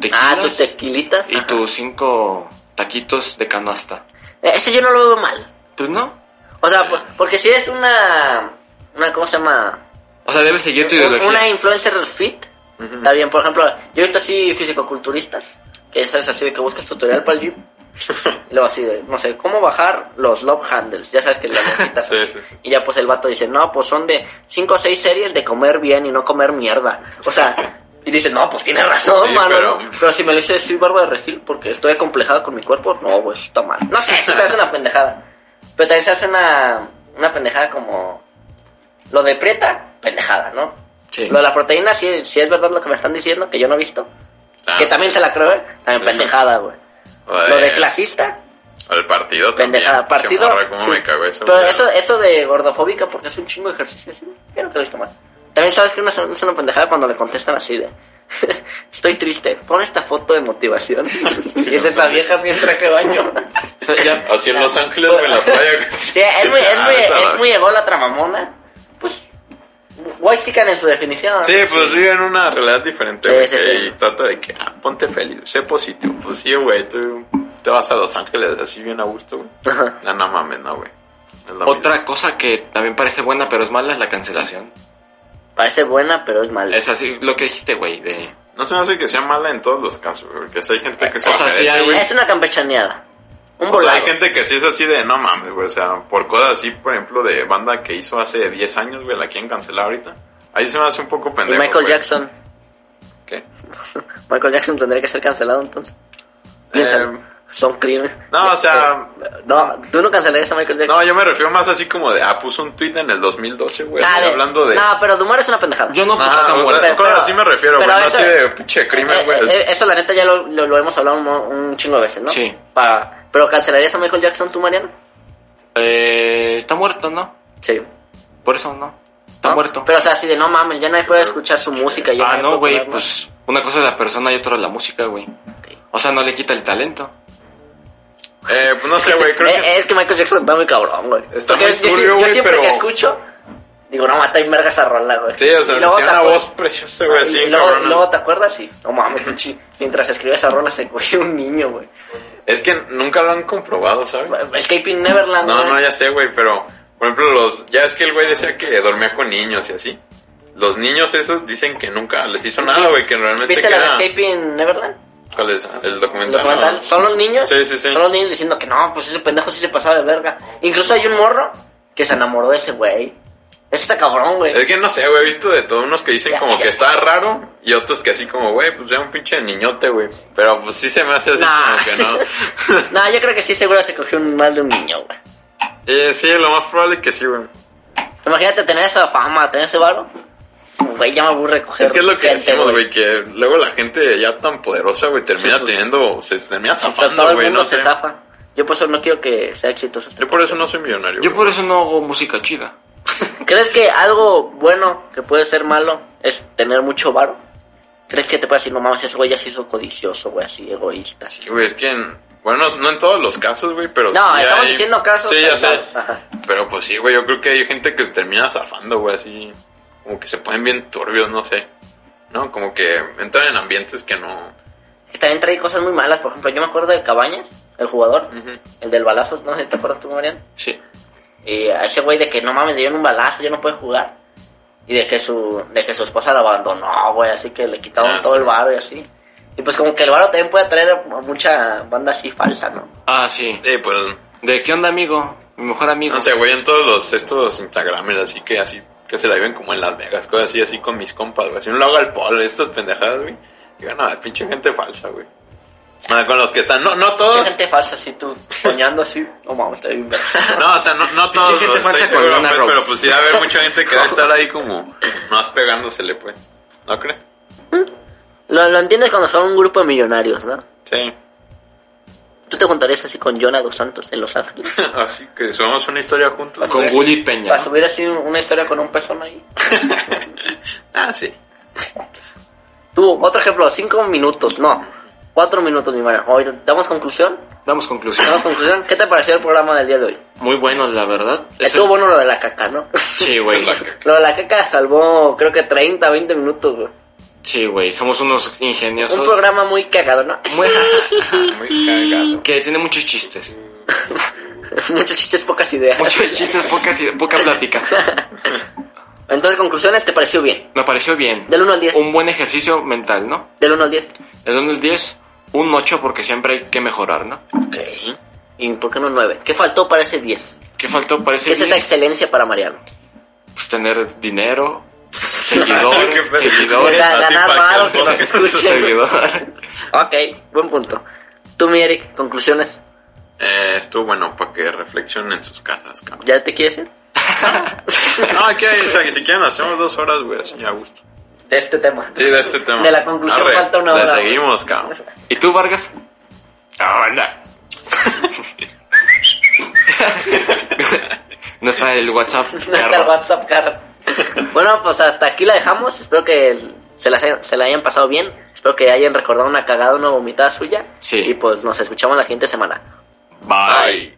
A: tequilas
B: Ah, tus tequilitas.
A: y
B: ajá.
A: tus 5 taquitos de canasta.
B: Eh, Ese yo no lo veo mal.
A: Pues no.
B: O sea, por- porque si eres una, una ¿cómo se llama?
A: O sea, debes seguir tu ideología.
B: Una influencer fit, está bien. Por ejemplo, yo he visto así fisicoculturistas, que es así de que buscas tutorial para el gym. [laughs] Y luego así de, no sé, ¿cómo bajar los love handles? Ya sabes que las hojitas
C: [laughs] Sí,
B: así.
C: sí, sí.
B: Y ya pues el vato dice, no, pues son de 5 o 6 series de comer bien y no comer mierda. O sea, y dice, no, pues tiene razón,
C: Sí,
B: mano.
C: pero-
B: Pero... si me lo hice decir barba de regil porque estoy acomplejado con mi cuerpo, no, güey, eso está mal. No sé, eso se hace una pendejada. Pero también se hace una, una pendejada como... Lo de preta, pendejada, ¿no?
A: Sí.
B: Lo de la proteína, sí, sí es verdad lo que me están diciendo, que yo no he visto.
C: Ah,
B: Que también se la creo, ¿eh? También
C: Sí.
B: pendejada, güey.
C: [laughs] Joder.
B: Lo de clasista,
C: El partido también.
B: pendejada.
C: Pinche
B: Partido.
C: morra, cómo
B: sí.
C: me cagó eso.
B: Pero
C: güey.
B: eso, eso de gordofóbica, porque es un chingo de ejercicio, sí, yo nunca lo he visto más. También sabes que no es es una pendejada cuando le contestan así de. [laughs] Estoy triste, pon esta foto de motivación. [laughs] y es esa vieja así en traje de baño.
A: O sea, ya,
C: Así en Los Ángeles, güey, en la playa.
B: [laughs] Sí, es muy, es
C: Ah,
B: muy,
C: está
B: es
C: mal.
B: muy ególatra mamona. Pues. White chican en su definición.
C: Sí, pues vive en una realidad diferente,
B: Sí,
C: güey.
B: sí,
C: que-
B: sí.
C: Y trata de que, ah, ponte feliz, sé positivo. Pues sí, güey, tú te vas a Los Ángeles así bien a gusto, güey. Ah,
B: Ajá.
C: No, no mames, no, güey. Es lo
A: Otra cosa que también parece buena pero es mala es la cancelación.
B: Parece buena, pero es mala.
A: Es así lo que dijiste, güey, de...
C: mismo. No se me hace que sea mala en todos los casos, güey. Porque sí hay gente que se
A: Eh, o
C: lo
A: sea, sí
C: merece,
A: hay-
C: güey.
B: Es una campechaneada. Un
C: O sea,
B: volado.
C: Pues hay gente que sí es así de, no mames, güey. O sea, por cosas así, por ejemplo, de banda que hizo hace 10 años, güey, la quieren cancelar ahorita. Ahí se me hace un poco
B: Y
C: pendejo.
B: Michael
C: güey.
B: Jackson.
C: ¿Qué?
B: Michael Jackson tendría que ser cancelado entonces. Piénsalo.
C: Eh,
B: Son crímenes.
C: no, o sea-
B: No, tú no cancelarías a Michael Jackson.
C: No, yo me refiero más así como de, ah, puso un tweet en el 2012, güey. así
B: Dale.
C: Hablando de.
B: Ah, No, pues, pero Dumar es una pendejada.
A: Yo no,
C: No,
A: porque está
C: o sea,
A: muerta.
C: con así me refiero,
B: pero
C: güey, no
B: eso-
C: así de pinche crimen, pues.
B: eh,
C: güey.
B: eh, eso, la neta, ya lo, lo, lo hemos hablado un, mo- un chingo de veces, ¿no?
A: Sí.
B: Pa- pero cancelarías a Michael Jackson tú, Mariano?
A: Eh, está muerto, ¿no?
B: Sí.
A: Por eso no. Está
B: ¿No?
A: muerto.
B: Ah, Pero, o sea, así de no mames, ya nadie puede escuchar su música. ya
A: ah,
B: nadie
A: no,
B: puede
A: güey,
B: poner nada.
A: pues una cosa es la persona y otra es la música, güey. O sea, no le quita el talento.
C: Eh, pues no sé, güey, creo
B: Eh,
C: que...
B: Es que Michael Jackson está muy cabrón, güey.
C: Está
B: Porque
C: muy
B: yo sí-
C: turbio,
B: Yo
C: güey,
B: siempre
C: pero-
B: que escucho, digo, no, mata y merga esa rola, güey.
C: Sí, o sea,
B: Y luego
C: tiene
B: te
C: una
B: acuer-
C: voz preciosa, güey, así,
B: y luego,
C: cabrona.
B: luego te acuerdas y, no
C: [laughs]
B: mames, pinche, mientras escribía esa rola se cogió un niño, güey.
C: Es que nunca lo han comprobado, ¿sabes?
B: Escaping Neverland,
C: No,
B: güey.
C: no, ya sé, güey, pero... Por ejemplo, los... Ya es que el güey decía que dormía con niños y así. Los niños esos dicen que nunca les hizo nada, güey, que realmente...
B: ¿Viste
C: que
B: la de
C: era-
B: Escaping Neverland?
C: ¿Cuál es? El
B: El
C: documental.
B: documental.
C: ¿no?
B: Son los niños.
C: Sí, sí, sí.
B: Son los niños diciendo que no, pues ese pendejo sí se pasaba de verga. Incluso hay un morro que se enamoró de ese güey. Ese está cabrón, güey.
C: Es que no sé, güey, he visto de todos unos que dicen
B: Ya,
C: como
B: ya.
C: que está raro y otros que así como, güey, pues era un pinche niñote, güey. Pero pues sí se me hace así
B: Nah.
C: como que [laughs] no.
B: [laughs] nah, yo creo que sí, seguro se cogió un- más de un niño, güey.
C: Eh, sí, lo más probable es que sí, güey.
B: Imagínate tener esa fama, tener ese barro. Güey, ya me aburre coger.
C: Es que es lo que
B: gente,
C: decimos, güey, que luego la gente ya tan poderosa, güey, termina
B: Sí, pues.
C: teniendo, se termina
B: Pero Todo
C: zafando,
B: el
C: güey,
B: mundo
C: no
B: se
C: sé.
B: zafa. Yo por eso no quiero que sea exitoso este
C: Yo por eso no soy millonario.
A: Yo
C: güey.
A: por eso no hago música chida.
B: ¿Crees que algo bueno que puede ser malo es tener mucho varo? ¿Crees que te puede decir, no mames, ese güey ya se hizo codicioso, güey, así egoísta?
C: Sí, güey, es que, en- bueno, no en todos los casos, güey, pero...
B: No,
C: sí
B: estamos
C: hay-
B: diciendo casos.
C: Sí, ya sé.
B: aislados, ajá.
C: Pero pues sí, güey, yo creo que hay gente que se termina zafando, güey, así. Como que se ponen bien turbios, no sé. No, como que entran en ambientes que no.
B: Que También trae cosas muy malas, por ejemplo, yo me acuerdo de Cabañas, el jugador,
C: Ujú.
B: el del balazo, no sé, ¿te acuerdas tú, Mariano?
A: Sí.
B: Y a ese güey de que no mames, le dieron un balazo, ya no puede jugar. Y de que su, de que su esposa lo abandonó, güey, así que le quitaron
C: Ah,
B: todo
C: sí.
B: el varo y así. Y pues como que el varo también puede traer a mucha banda así falsa, ¿no?
A: Ah, sí.
C: Eh, pues,
A: ¿De qué onda, amigo? Mi mejor amigo.
C: no sé, güey, en todos los, estos Instagramers, así que así, que se la viven como en Las Vegas, cosas así, así con mis compas, güey. Si no lo hago al polo, estas pendejadas, güey. Digo, no, pinche gente falsa, güey. Ah, con los que están, no, no
B: Mucha
C: todos.
B: gente falsa así,
C: [laughs]
B: tú soñando así. No mames, está bien.
C: No, o sea, no, no todos.
A: gente
C: estoy
A: falsa con
C: seguro,
A: Lana
C: pues, pero
A: Rhodes.
C: pues sí, va a haber mucha gente que va a estar ahí como, más pegándosele, pues. ¿No crees?
B: Lo, lo entiendes cuando son un grupo de millonarios, ¿no?
C: Sí. [laughs]
B: Tú te juntarías así con Jonah dos Santos en Los Ángeles.
C: Así que somos una historia juntos.
A: Con Willy Peña.
B: Para
A: ¿no?
B: subir así un- una historia con un pezón ahí.
C: Ah, sí.
B: Tú, otro ejemplo, cinco minutos, no. Cuatro minutos, mi hermano. Hoy, ¿Damos conclusión?
A: Damos conclusión.
B: ¿Damos conclusión? ¿Qué te pareció el programa del día de hoy?
A: Muy bueno, la verdad. Es
B: Estuvo
A: el-
B: bueno lo de la caca, ¿no? [laughs]
A: Sí, güey.
C: La caca.
B: lo de la caca salvó, creo que 30, 20 minutos, güey.
A: Sí, güey. Somos unos ingeniosos.
B: Un programa muy cagado, ¿no? [laughs]
A: Muy-
C: Muy
A: [laughs]
C: cagado.
A: que tiene muchos chistes.
B: [laughs] Muchos chistes, pocas ideas.
A: Muchos chistes, pocas ide- poca
B: [laughs]
A: plática.
B: Entonces, conclusiones, ¿te pareció bien?
A: Me pareció bien.
B: Del 1 al 10.
A: Un buen ejercicio mental, ¿no?
B: Del 1 al 10.
A: El 1 al 10, un 8 porque siempre hay que mejorar, ¿no?
B: Ok. ¿Y por qué no 9? ¿Qué faltó para ese 10?
A: ¿Qué faltó para ese
B: ¿Qué es esa
A: 10?
B: excelencia para Mariano?
A: Pues tener
B: [laughs]
A: dinero, seguidor,
C: Qué pedo.
A: seguidor,
B: Ga-
C: así
B: ganar
C: para que
B: varo, que
C: los
B: nos escuchen.
A: seguidor.
B: Ok, buen punto. Tú, mi Eric, conclusiones.
C: [laughs] Eh, estuvo bueno para que reflexionen en sus casas, cabrón.
B: ¿Ya te quieres ir?
C: No, aquí hay, o sea, que si quieren hacemos dos horas, güey, así a gusto.
B: De este tema.
C: Sí, de este tema.
B: De la conclusión
C: Arre,
B: falta una hora.
C: Le
B: [laughs]
C: seguimos, cabrón.
A: ¿Y tú, Vargas? Ah, anda. [laughs] no está el WhatsApp.
B: No está el
A: perro.
B: WhatsApp,
C: [laughs]
B: carro. Bueno, pues hasta aquí la dejamos. Espero que se la, hayan- se la hayan pasado bien. Espero que hayan recordado una cagada, una vomitada suya.
A: Sí.
B: Y pues nos escuchamos la siguiente semana.
A: Bye.
B: Bye.